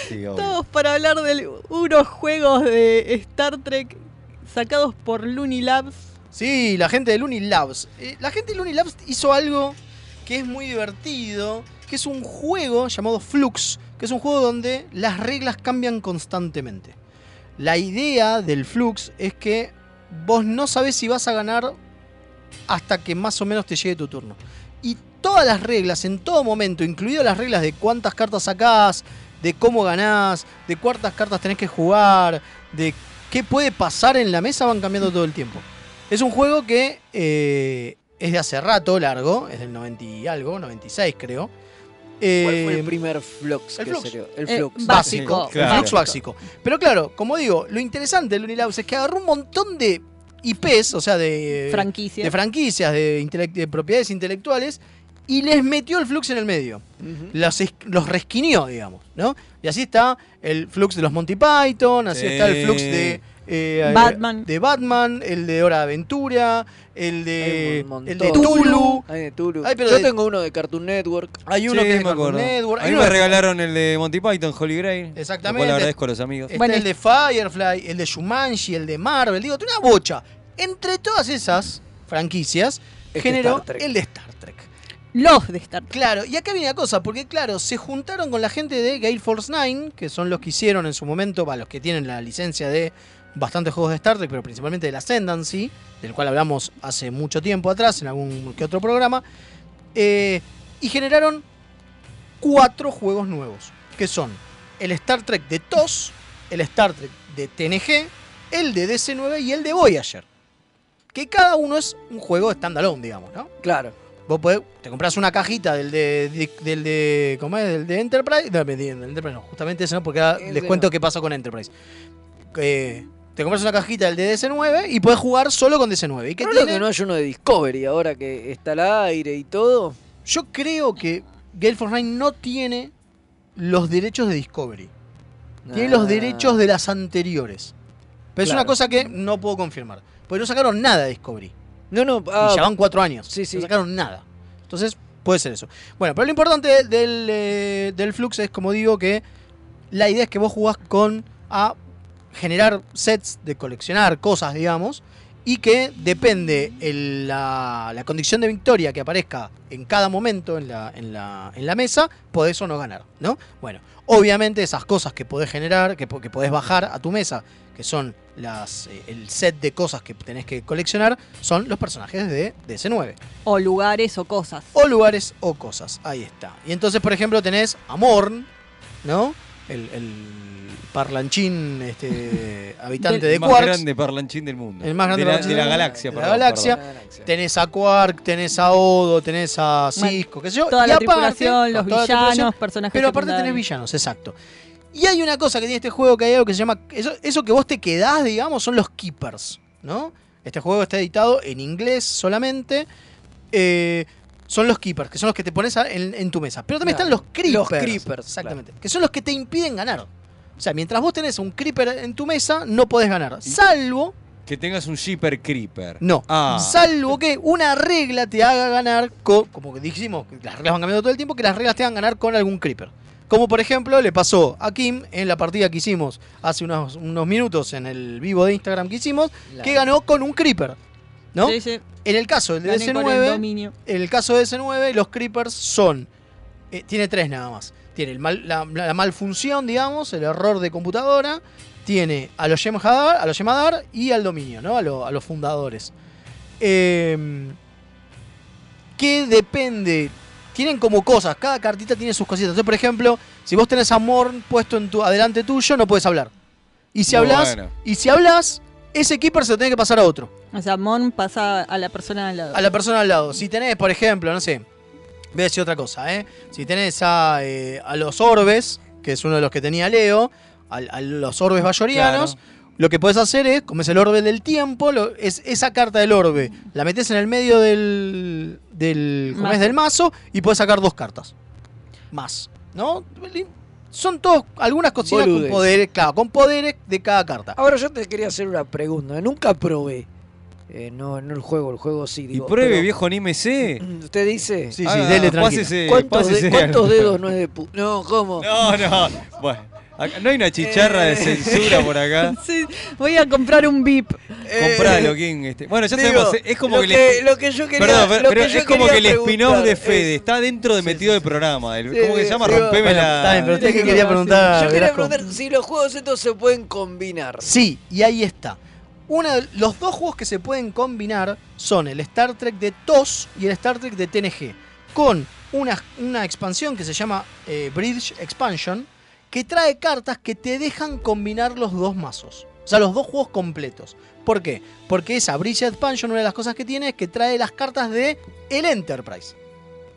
D: Sí, obvio.
A: estamos para hablar de unos juegos de Star Trek sacados por Lunilabs.
B: Sí, la gente de Lunilabs. Eh, La gente de Lunilabs hizo algo que es muy divertido, que es un juego llamado Flux, que es un juego donde las reglas cambian constantemente. La idea del Flux es que vos no sabés si vas a ganar hasta que más o menos te llegue tu turno. Y todas las reglas, en todo momento, incluidas las reglas de cuántas cartas sacás, de cómo ganás, de cuántas cartas tenés que jugar, de qué puede pasar en la mesa, van cambiando todo el tiempo. Es un juego que eh, es de hace rato largo, es del 90 y algo, 96 creo.
C: ¿Cuál fue
B: Eh,
C: el primer Flux
B: el
C: que
B: Flux.
C: salió? El
B: Eh,
C: Flux.
B: básico.
C: Sí,
B: El
C: claro.
B: Flux básico. Pero claro, como digo, lo interesante del Unilabs es que agarró un montón de IPs, o sea, de
A: Franquicias.
B: Eh, de, franquicias, de, intelec- de propiedades intelectuales, y les metió el Flux en el medio. Los, es- los resquinió, digamos, ¿no? Y así está el Flux de los Monty Python, así
D: Sí.
B: está el Flux de... eh,
A: Batman.
B: De Batman, el de Hora de Aventura, el de, el de
C: Todo.
B: Tulu.
C: Hay de Tulu.
B: Ay, pero
C: Yo
B: de-
C: tengo uno de Cartoon Network.
B: Hay uno
D: Sí,
B: que es de
D: me
B: Cartoon
D: acuerdo.
B: Network.
D: A
B: hay
D: mí
B: uno
D: me
B: de-
D: regalaron el de Monty Python, Holy Grail. Lo cual
B: Exactamente.
D: agradezco a los amigos.
B: Está el de Firefly, el de Shumanji, el de Marvel, digo, tiene una bocha. Entre todas esas franquicias,
A: de
B: generó
A: Star Trek.
B: el de Star Trek.
A: Los de Star Trek.
B: Claro, y acá viene la cosa, porque claro, se juntaron con la gente de Gale Force 9, que son los que hicieron en su momento, va, los que tienen la licencia de bastantes juegos de Star Trek, pero principalmente del Ascendancy, del cual hablamos hace mucho tiempo atrás en algún que otro programa, eh, y generaron cuatro juegos nuevos, que son el Star Trek de TOS, el Star Trek de TNG, el de DC9 y el de Voyager. Que cada uno es un juego standalone, digamos, ¿no?
C: Claro.
B: Vos podés, te compras una cajita del de, de- del de ¿cómo es? Del de Enterprise, no, del de Enterprise no, justamente ese no porque ahora
C: Ese
B: les cuento
C: no.
B: qué pasó con Enterprise. Eh, te compras una cajita del de DC9 y podés jugar solo con DC9. ¿Y qué
C: Creo
B: tiene?
C: que no hay uno de Discovery ahora que está al aire y todo.
B: Yo creo que Gale Force 9 no tiene los derechos de Discovery. Tiene
C: Ah.
B: los derechos de las anteriores. Pero es
C: Claro.
B: una cosa que no puedo confirmar. Porque no sacaron nada de Discovery.
C: No, no. ah,
B: y ya van cuatro años.
C: Sí, sí.
B: No sacaron nada. Entonces, puede ser eso. Bueno, pero lo importante del, eh, del Flux es, como digo, que la idea es que vos jugás con a generar sets de coleccionar cosas, digamos, y que depende el- la, la condición de victoria que aparezca en cada momento en la, en la, en la mesa, podés o no ganar, ¿no? Bueno, obviamente esas cosas que podés generar, que, po- que podés bajar a tu mesa, que son las, eh, el set de cosas que tenés que coleccionar, son los personajes de DC9
A: O lugares o cosas.
B: o lugares o cosas. Ahí está. Y entonces, por ejemplo, tenés a Morn, ¿no? el, el parlanchín este, habitante de
D: El más
B: Quarks.
D: grande parlanchín del mundo.
B: El más grande
D: de la,
B: parlanchín
D: de la
B: del mundo,
D: galaxia.
B: de la
D: perdón,
B: galaxia.
D: perdón.
B: Tenés a Quark, tenés a Odo, tenés a Cisco, qué sé yo.
A: Toda
B: Y
A: la
B: aparte-
A: tripulación, los
B: toda la
A: villanos,
B: tripulación,
A: personajes
B: Pero aparte
A: secundarios.
B: tenés villanos, exacto. Y hay una cosa que tiene este juego que hay algo que se llama. Eso, eso que vos te quedás, digamos, son los keepers, ¿no? Este juego está editado en inglés solamente. Eh, son los keepers, que son los que te pones a- en, en tu mesa. Pero también
L: Claro.
B: están los
L: Los
B: creepers.
L: creepers,
B: Exactamente. Que son los que te impiden ganar. O sea, mientras vos tenés un creeper en tu mesa, no podés ganar. Salvo
D: Que tengas un Jeeper Creeper.
B: No.
D: Ah.
B: Salvo que una regla te haga ganar, co- como que dijimos, que las reglas van cambiando todo el tiempo, que las reglas te hagan ganar con algún creeper. Como por ejemplo le pasó a Kim en la partida que hicimos hace unos, unos minutos en el vivo de Instagram que hicimos,
A: Claro.
B: que ganó con un creeper. ¿No?
A: Sí, sí.
B: En el caso del
A: Gané por el
B: DC9,
A: dominio.
B: en el caso de DC9, los creepers son. eh, tiene tres nada más. Tiene el mal- la, la- la malfunción, digamos, el error de computadora. Tiene a los Yemadar, a los Yemadar y al dominio, ¿no? A, lo- a los fundadores. Eh, que depende. Tienen como cosas, cada cartita tiene sus cositas. Entonces, por ejemplo, si vos tenés a Morn puesto en tu, adelante tuyo, no puedes hablar. Y si
A: Bueno.
B: hablas, y si hablas, ese keeper se lo tiene que pasar a otro
A: O sea, Mon pasa a la persona al lado.
B: a la persona al lado. Si tenés, por ejemplo, no sé, voy a decir otra cosa, ¿eh? Si tenés a, eh, a los orbes, que es uno de los que tenía Leo, al- a, los orbes bayorianos, lo que podés hacer es, como es el orbe del tiempo, lo- es esa carta del orbe, la metés en el medio del, del, como es,
A: Mazo.
B: del mazo y podés sacar dos cartas. Más, ¿no? Son todos algunas cositas con
C: Boludes.
B: poderes, claro, con poderes de cada carta.
C: Ahora yo te quería hacer una pregunta. Nunca probé. Eh, no, no el juego, el juego sí.
D: Y
C: Digo,
D: pruebe,
C: pero
D: viejo, anímese.
C: Mm, Usted dice.
D: Sí, sí, Ah,
B: pues
D: dele tranquilo. pásese,
C: ¿Cuántos, de-
D: pásese.
C: cuántos dedos no es de pu- No, ¿cómo?
D: No, no. Bueno, acá- no hay una chicharra
C: Eh.
D: de censura por acá.
A: Sí, voy a comprar un VIP.
D: Compralo, King. este. Bueno, ya
C: Eh. digo,
D: sabemos. Es como
C: lo
D: que,
C: que-
D: el,
C: lo que yo quería-
D: Perdón, pero-
C: lo
D: pero
C: que yo
D: es como
C: quería
D: que el spin-off de
B: eh.
C: preguntar
D: Fede está dentro de metido del programa. El-
C: Sí,
D: ¿Cómo que se
C: sí,
D: llama?
C: digo-
D: Rompeme
B: Bueno,
D: la.
B: está bien, pero usted que quería preguntar.
C: Yo quería
B: Velasco.
C: preguntar si los juegos estos se pueden combinar.
B: Sí, y ahí está. Una de- los dos juegos que se pueden combinar son el Star Trek de TOS y el Star Trek de TNG, con una, una expansión que se llama eh, Bridge Expansion, que trae cartas que te dejan combinar los dos mazos. O sea, los dos juegos completos. ¿Por qué? Porque esa Bridge Expansion, una de las cosas que tiene es que trae las cartas de el Enterprise.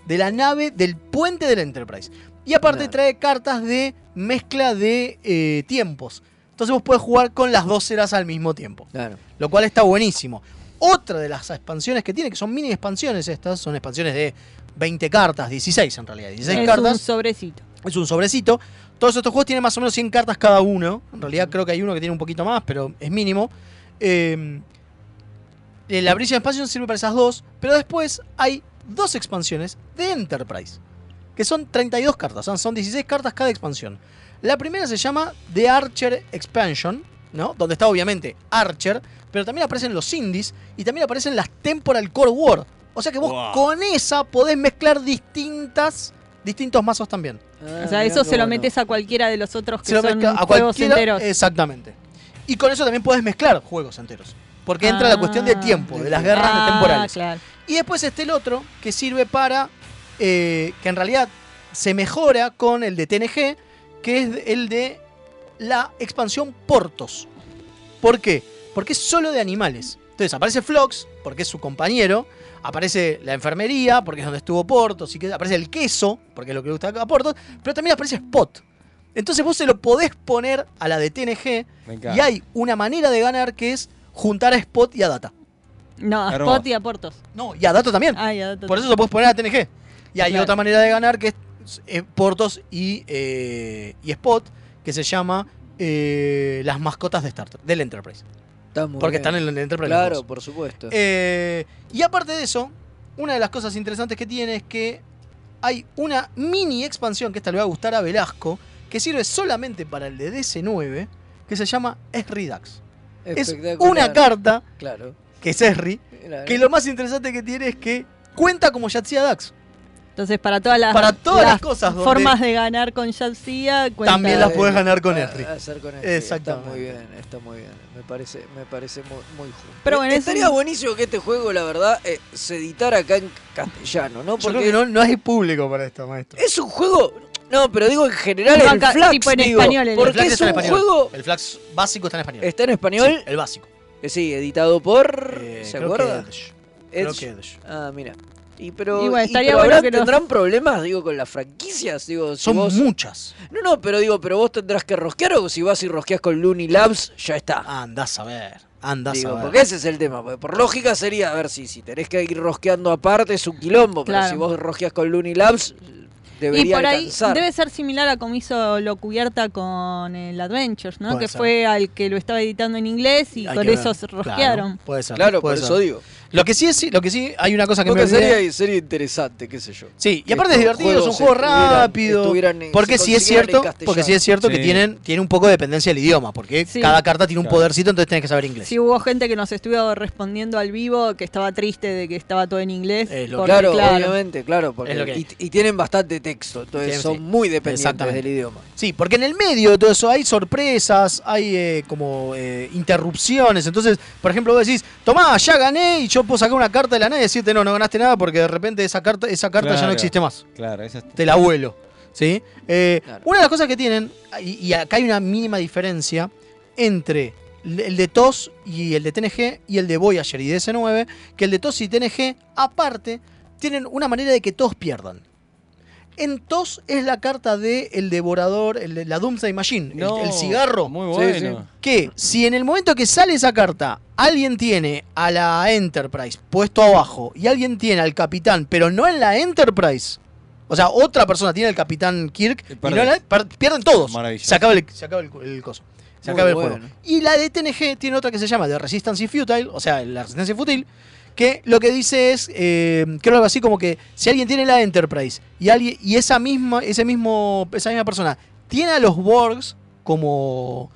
B: De la nave, del puente del Enterprise. Y aparte trae cartas de mezcla de eh, tiempos. Entonces vos podés jugar con las dos eras al mismo tiempo. Lo cual está buenísimo. Otra de las expansiones que tiene, que son mini expansiones estas, son expansiones de 20 cartas, 16 en realidad, 16
A: es
B: cartas.
A: un sobrecito.
B: Es un sobrecito. Todos estos juegos tienen más o menos 100 cartas cada uno. En realidad creo que hay uno que tiene un poquito más, pero es mínimo. Eh, eh, la Brilla Expansion sirve para esas dos, pero después hay dos expansiones de Enterprise, que son 32 cartas, son- son 16 cartas cada expansión. La primera se llama The Archer Expansion, ¿no? Donde está obviamente Archer, pero también aparecen los indies y también aparecen las Temporal Core War. O sea que vos
A: Wow.
B: con esa podés mezclar distintas, distintos mazos también.
C: Ah,
A: o sea, eso se lo metes a cualquiera de los otros que
B: Se lo
A: son
B: mezcla a
A: juegos
B: cualquiera, eh,
A: enteros.
B: Exactamente. Y con eso también puedes mezclar juegos enteros. Porque entra la cuestión de tiempo, de las guerras
A: Ah,
B: temporales.
A: claro.
B: Y después está el otro que sirve para. eh, que en realidad se mejora con el de TNG, que es el de la expansión Portos. ¿Por qué? Porque es solo de animales. Entonces aparece Flox, porque es su compañero. Aparece la enfermería, porque es donde estuvo Portos. Y que aparece el queso, porque es lo que le gusta a Portos. Pero también aparece Spot. Entonces vos se lo podés poner a la de TNG.
D: Me encanta.
B: Y hay una manera de ganar que es juntar a Spot y a Data.
A: No, a
B: Hermoso.
A: Spot y a Portos.
B: No, y a Dato también. Por eso se puedes poner a TNG. Y hay
A: Claro.
B: otra manera de ganar que es eh, Portos y, eh, y Spot, que se llama eh, las mascotas de Star Trek, del Enterprise. Porque
C: bien.
B: están en el Enterprise. los
C: Claro,
B: dos.
C: por supuesto.
B: Eh, y aparte de eso, una de las cosas interesantes que tiene es que hay una mini expansión que esta le va a gustar a Velasco, que sirve solamente para el de DC9, que se llama Esridax. Es
C: Espectacular. Eh.
B: una carta
C: Claro.
B: que es Esri,
C: Claro.
B: que lo más interesante que tiene es que cuenta como Yatsia Dax.
A: Entonces, para todas las,
B: Para todas las cosas donde-
A: formas de ganar con Jazia,
B: También las podés ganar con Esri.
C: A- Ah, hacer con Esri.
B: Exactamente.
C: Está muy bien, está muy bien. Me parece, me parece muy, muy justo.
A: Pero bueno, es
C: Estaría
A: un-
C: buenísimo que este juego, la verdad, eh, se editara acá en castellano, ¿no?
B: Yo
C: Porque
B: creo que no, no hay público para esto, maestro.
C: es un juego. No, pero digo en general el Flax, digo, porque es un juego...
B: El Flax básico está en español.
C: ¿Está en español?
B: Sí, el básico. Eh,
C: Eh, Sí, editado por... ¿Se
B: creo
C: acuerda?
B: que Edge.
C: Edge.
B: Creo que Edge.
C: Ah, mira. Y pero,
A: Y bueno,
C: y
A: estaría
C: pero
A: bueno
C: habrá-
A: que nos-
C: tendrán problemas, digo, con las franquicias, digo, si
B: Son
C: vos-
B: muchas.
C: No, no, pero digo, pero vos tendrás que rosquear o si vas y rosqueas con Looney Labs, ya está.
B: Andás a ver. Andás
C: Digo,
B: a ver.
C: porque ese es el tema. porque por lógica sería, a ver, si, si tenés que ir rosqueando aparte es un quilombo,
A: Claro.
C: pero si vos rosqueas con Looney Labs,
A: Y
C: debería
A: por ahí
C: alcanzar.
A: debe ser similar a como hizo lo cubierta con el Adventures, ¿no?
B: Puede
A: Que
B: ser.
A: fue al que lo estaba editando en inglés y
B: Hay
A: con
B: que
A: eso
B: ver.
A: se rosquearon.
B: Claro, puede ser.
C: Claro, por
B: puede
C: eso
B: ser.
C: digo.
B: Lo que sí es, lo que sí, hay una cosa que me
C: Porque
B: olvidé.
C: sería, sería interesante, qué sé yo.
B: Sí, y
C: Que
B: aparte es
C: estos
B: divertido, es un
C: juegos
B: juego
C: estuvieran-
B: rápido.
C: estuvieran en-
B: Porque
C: se
B: sí es
C: consiguieran en
B: cierto,
C: castellano.
B: porque sí es cierto que
D: Sí.
B: tienen, tiene un poco de dependencia del idioma, porque cada carta tiene un
D: Claro.
B: podercito, entonces tenés que saber inglés.
A: Si hubo gente que nos estuvo respondiendo al vivo que estaba triste de que estaba todo en inglés.
B: Es lo
A: porque,
C: Claro, obviamente, claro. Porque,
B: Es lo que
C: y, y tienen bastante texto, entonces
B: Tienen,
C: son
B: sí.
C: muy dependientes
B: Exactamente.
C: del idioma.
B: Sí, porque en el medio de todo eso hay sorpresas, hay eh, como eh, interrupciones. Entonces, por ejemplo, vos decís, tomá, ya gané y yo puedo sacar una carta de la nada y decirte, no, no ganaste nada porque de repente esa carta, esa carta ya no
D: Claro.
B: existe más.
D: Claro, eso está.
B: Te la vuelo. ¿sí? Eh, Una de las cosas que tienen, y, y acá hay una mínima diferencia entre l- el de TOS y el de TNG y el de Voyager y de S9, que el de TOS y TNG, aparte, tienen una manera de que todos pierdan. En TOS es la carta de el devorador, el de la Doomsday Machine, el-
D: No,
B: el, cigarro.
D: muy
B: Sí, sí.
D: bueno.
B: Que si en el momento que sale esa carta, alguien tiene a la Enterprise puesto abajo y alguien tiene al capitán, pero no en la Enterprise, o sea, otra persona tiene al capitán Kirk y
D: perdés.
B: no la- per- pierden todos.
D: Maravilloso.
B: Se acaba el, se acaba el, el coso. Se
C: Muy
B: acaba el
C: bueno.
B: juego. Y la de TNG tiene otra que se llama The Resistance Futile, o sea, la resistencia fútil, que lo que dice es, eh, creo algo así como que si alguien tiene la Enterprise y alguien y esa misma, ese mismo, esa misma persona tiene a los Borgs como,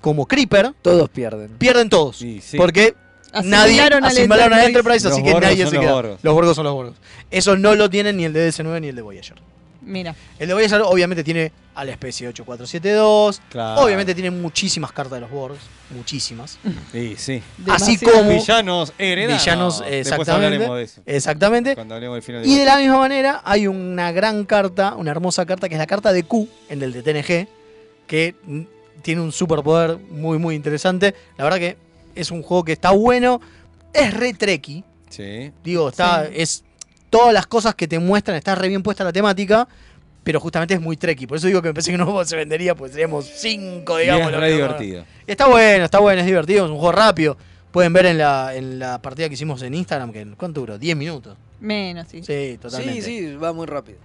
B: como Creeper,
C: Todos pierden.
B: pierden todos.
D: Sí, sí.
B: Porque nadie
A: Asimilaron al
B: asimilaron a
A: Enterprise.
B: Enterprise, así
D: Los
B: que
D: Borgos
B: nadie
D: son
B: se
D: los
B: queda.
D: Borgos.
B: Los Borgos son los Borgos. Eso no lo tienen ni el de DS9 ni el de Voyager.
A: Mira,
B: El de Voyager obviamente tiene a la especie 8472.
D: Claro.
B: Obviamente tiene muchísimas cartas de los Borgs. Muchísimas.
D: Sí, sí.
B: Así como
D: Villanos heredados.
B: villanos,
D: Después
B: exactamente.
D: hablaremos de eso.
B: Exactamente.
D: Cuando hablemos del final
B: Y de
D: Gotham.
B: la misma manera hay una gran carta, una hermosa carta, que es la carta de Q en el de TNG, que mm, tiene un superpoder muy, muy interesante. La verdad que es un juego que está bueno, es re treki,
D: Sí.
B: Digo, está, es todas las cosas que te muestran, está re bien puesta la temática, pero justamente es muy treki. Por eso digo que pensé que no se vendería, pues seríamos cinco,
D: Y
B: digamos.
D: es
B: lo
D: re
B: que-
D: divertido.
B: Está bueno, está bueno, es divertido, es un juego rápido. Pueden ver en la, en la partida que hicimos en Instagram, que ¿cuánto duró? 10 minutos.
A: menos, sí.
B: Sí, totalmente.
C: Sí, sí, va muy rápido.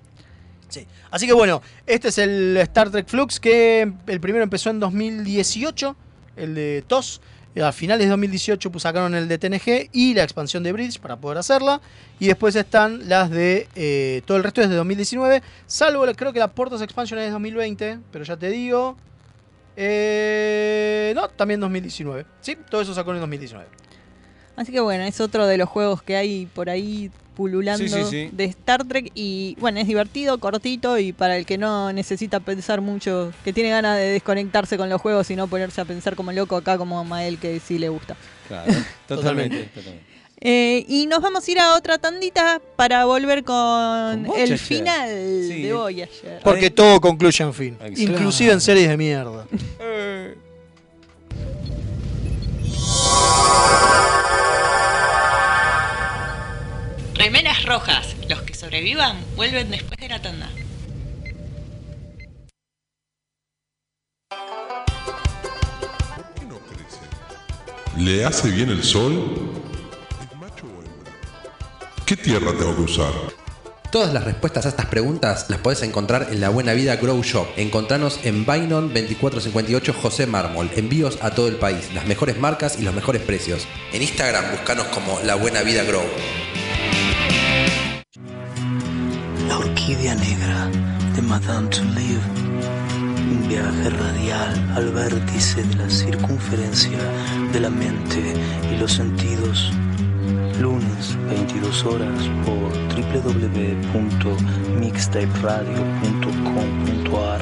B: Así que bueno, este es el Star Trek Flux, que el primero empezó en 2018, el de TOS. y Eh, A finales de 2018 pues, sacaron el de TNG y la expansión de Bridge para poder hacerla. Y después están las de eh, todo el resto es de 2019, salvo la- creo que la Portos Expansion es de 2020, pero ya te digo. eh, no, también 2019. Sí, todo eso sacó en 2019.
A: Así que bueno, es otro de los juegos que hay por ahí pululando
D: Sí, sí, sí.
A: de Star Trek y bueno, es divertido, cortito y para el que no necesita pensar mucho, que tiene ganas de desconectarse con los juegos y no ponerse a pensar como loco acá como a Mael que sí le gusta.
D: Claro, totalmente. totalmente.
A: Eh, y nos vamos a ir a otra tandita para volver con,
D: Con
A: el
D: Voyager.
A: final
D: Sí.
A: de Voyager.
B: Porque todo concluye en fin.
D: Exacto.
B: Inclusive en series de mierda. Eh,
F: Remeras rojas. Los que sobrevivan vuelven después de la tanda.
L: ¿Le hace bien el sol? ¿Qué tierra tengo que usar?
M: Todas las respuestas a estas preguntas las podés encontrar en La Buena Vida Grow Shop. Encontranos en Bainon 2458 José Mármol. Envíos a todo el país, las mejores marcas y los mejores precios. En Instagram buscanos como La Buena Vida Grow.
N: La orquídea negra de Madame Touleau. Un viaje radial al vértice de la circunferencia de la mente y los sentidos. Lunes, 22 horas, por www.mixtaperadio.com.ar.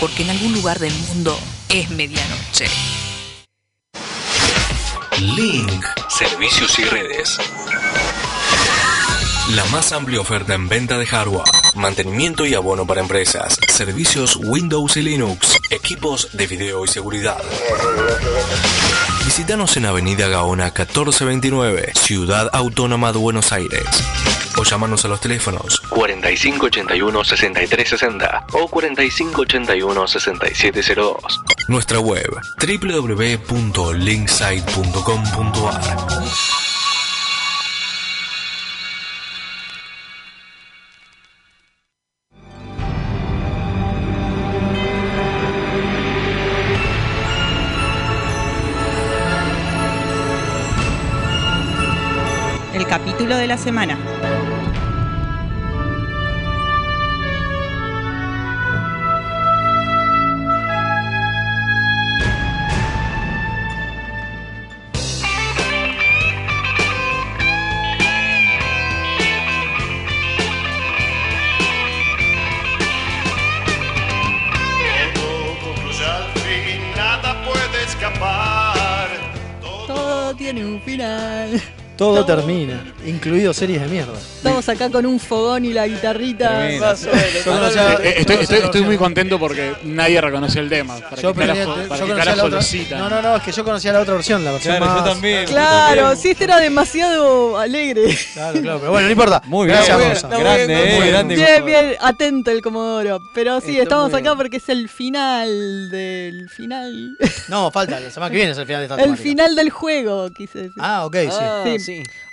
O: Porque en algún lugar del mundo es medianoche.
P: Link. Servicios y redes. La más amplia oferta en venta de hardware, mantenimiento y abono para empresas, servicios Windows y Linux, equipos de video y seguridad. Visítanos en Avenida Gaona 1429, Ciudad Autónoma de Buenos Aires. O llámanos a los teléfonos 4581-6360 o 4581-6702. Nuestra web www.linksite.com.ar
J: El capítulo de la semana.
Q: Todo concluye al fin, nada puede escapar.
A: Todo tiene un final.
B: Todo termina, incluido series de mierda.
A: Estamos acá con un fogón y la guitarrita.
B: Tremendo. Más o menos, más o menos.
R: Eh, Estoy, estoy- estoy muy contento porque nadie reconoció el tema. Para
B: Yo
R: quitar
B: aprendí-
R: la, fo- para
B: yo
R: quitar la
B: conocía la otra-
R: folecita.
B: No, no, no, es que yo conocía la otra versión, la versión
R: Claro, yo
B: más-
R: también,
A: Claro, sí, este era demasiado alegre.
B: Claro, claro, pero bueno, no importa.
D: Muy bien,
B: Gracias,
D: muy bien,
B: Gonza.
D: está muy bien, Grande, Gonza. eh, grande,
A: Bien,
D: Gustavo.
A: bien, atento el Comodoro. Pero sí,
B: Está
A: estamos
B: muy
A: acá porque es el final del final.
B: No, falta, la semana que viene es el final de esta
A: El
B: temática.
A: final del juego, quise decir.
B: Ah, ok, sí. Ah, sí.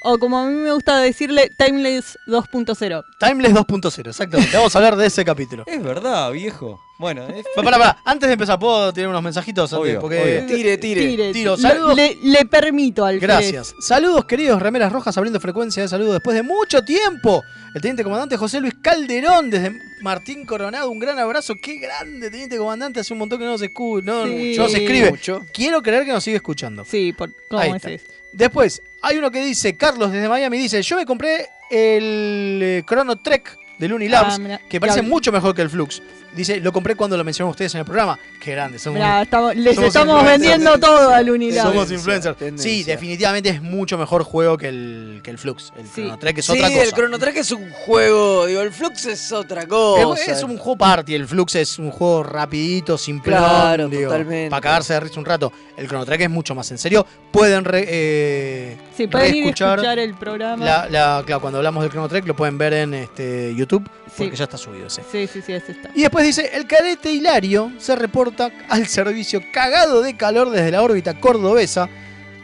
A: O como a mí me gusta decirle, Timeless 2.0.
B: Timeless 2.0, exactamente. Vamos a hablar de ese capítulo.
D: Es verdad, viejo. Bueno, es-
B: Pero pará, pará, antes de empezar, ¿puedo tirar unos mensajitos? Antes?
D: Obvio,
B: Porque-
D: obvio.
C: Tire,
A: Tire.
B: Eh, Tiro,
A: Lo-
B: saludos.
A: le, le permito al
B: Gracias. Saludos, queridos remeras rojas, abriendo frecuencia de saludos después de mucho tiempo. El teniente comandante José Luis Calderón, desde Martín Coronado, un gran abrazo. Qué grande, teniente comandante. Hace un montón que no nos, escu- no,
A: Sí.
B: no nos escribe.
A: Mucho.
B: Quiero creer que nos sigue escuchando.
A: Sí, por cómo
B: Ahí
A: es
B: está.
A: eso.
B: Después, hay uno que dice, Carlos desde Miami dice, yo me compré el eh, Chrono Trek del Unilabs,
A: Ah, mirá.
B: que parece
A: Ya-
B: mucho mejor que el Flux. Dice, lo compré cuando lo mencionaron ustedes en el programa. Qué grande, somos,
A: Mirá, estamos- les
B: somos
A: estamos
B: influencers.
A: vendiendo todo al Unilab.
B: Somos influencers. Sí, definitivamente es mucho mejor juego que el, que el Flux. El Chrono Trek es otra
C: sí,
B: cosa.
C: el Chrono Trek es un juego, digo, el Flux es otra cosa.
B: Es, es un juego party, el Flux es un juego rapidito, simple.
C: Claro, totalmente.
B: Para cagarse de risa un rato. El Chrono Trek es mucho más en serio. Pueden re, eh,
A: Sí, pueden ir a
B: reescuchar
A: escuchar el programa.
B: la- la- claro, cuando hablamos del Chrono Trek lo pueden ver en este, YouTube porque ya está subido ese.
A: Sí, sí, sí, es esta.
B: Y después dice, el carete Hilario se reporta al servicio cagado de calor desde la órbita cordobesa.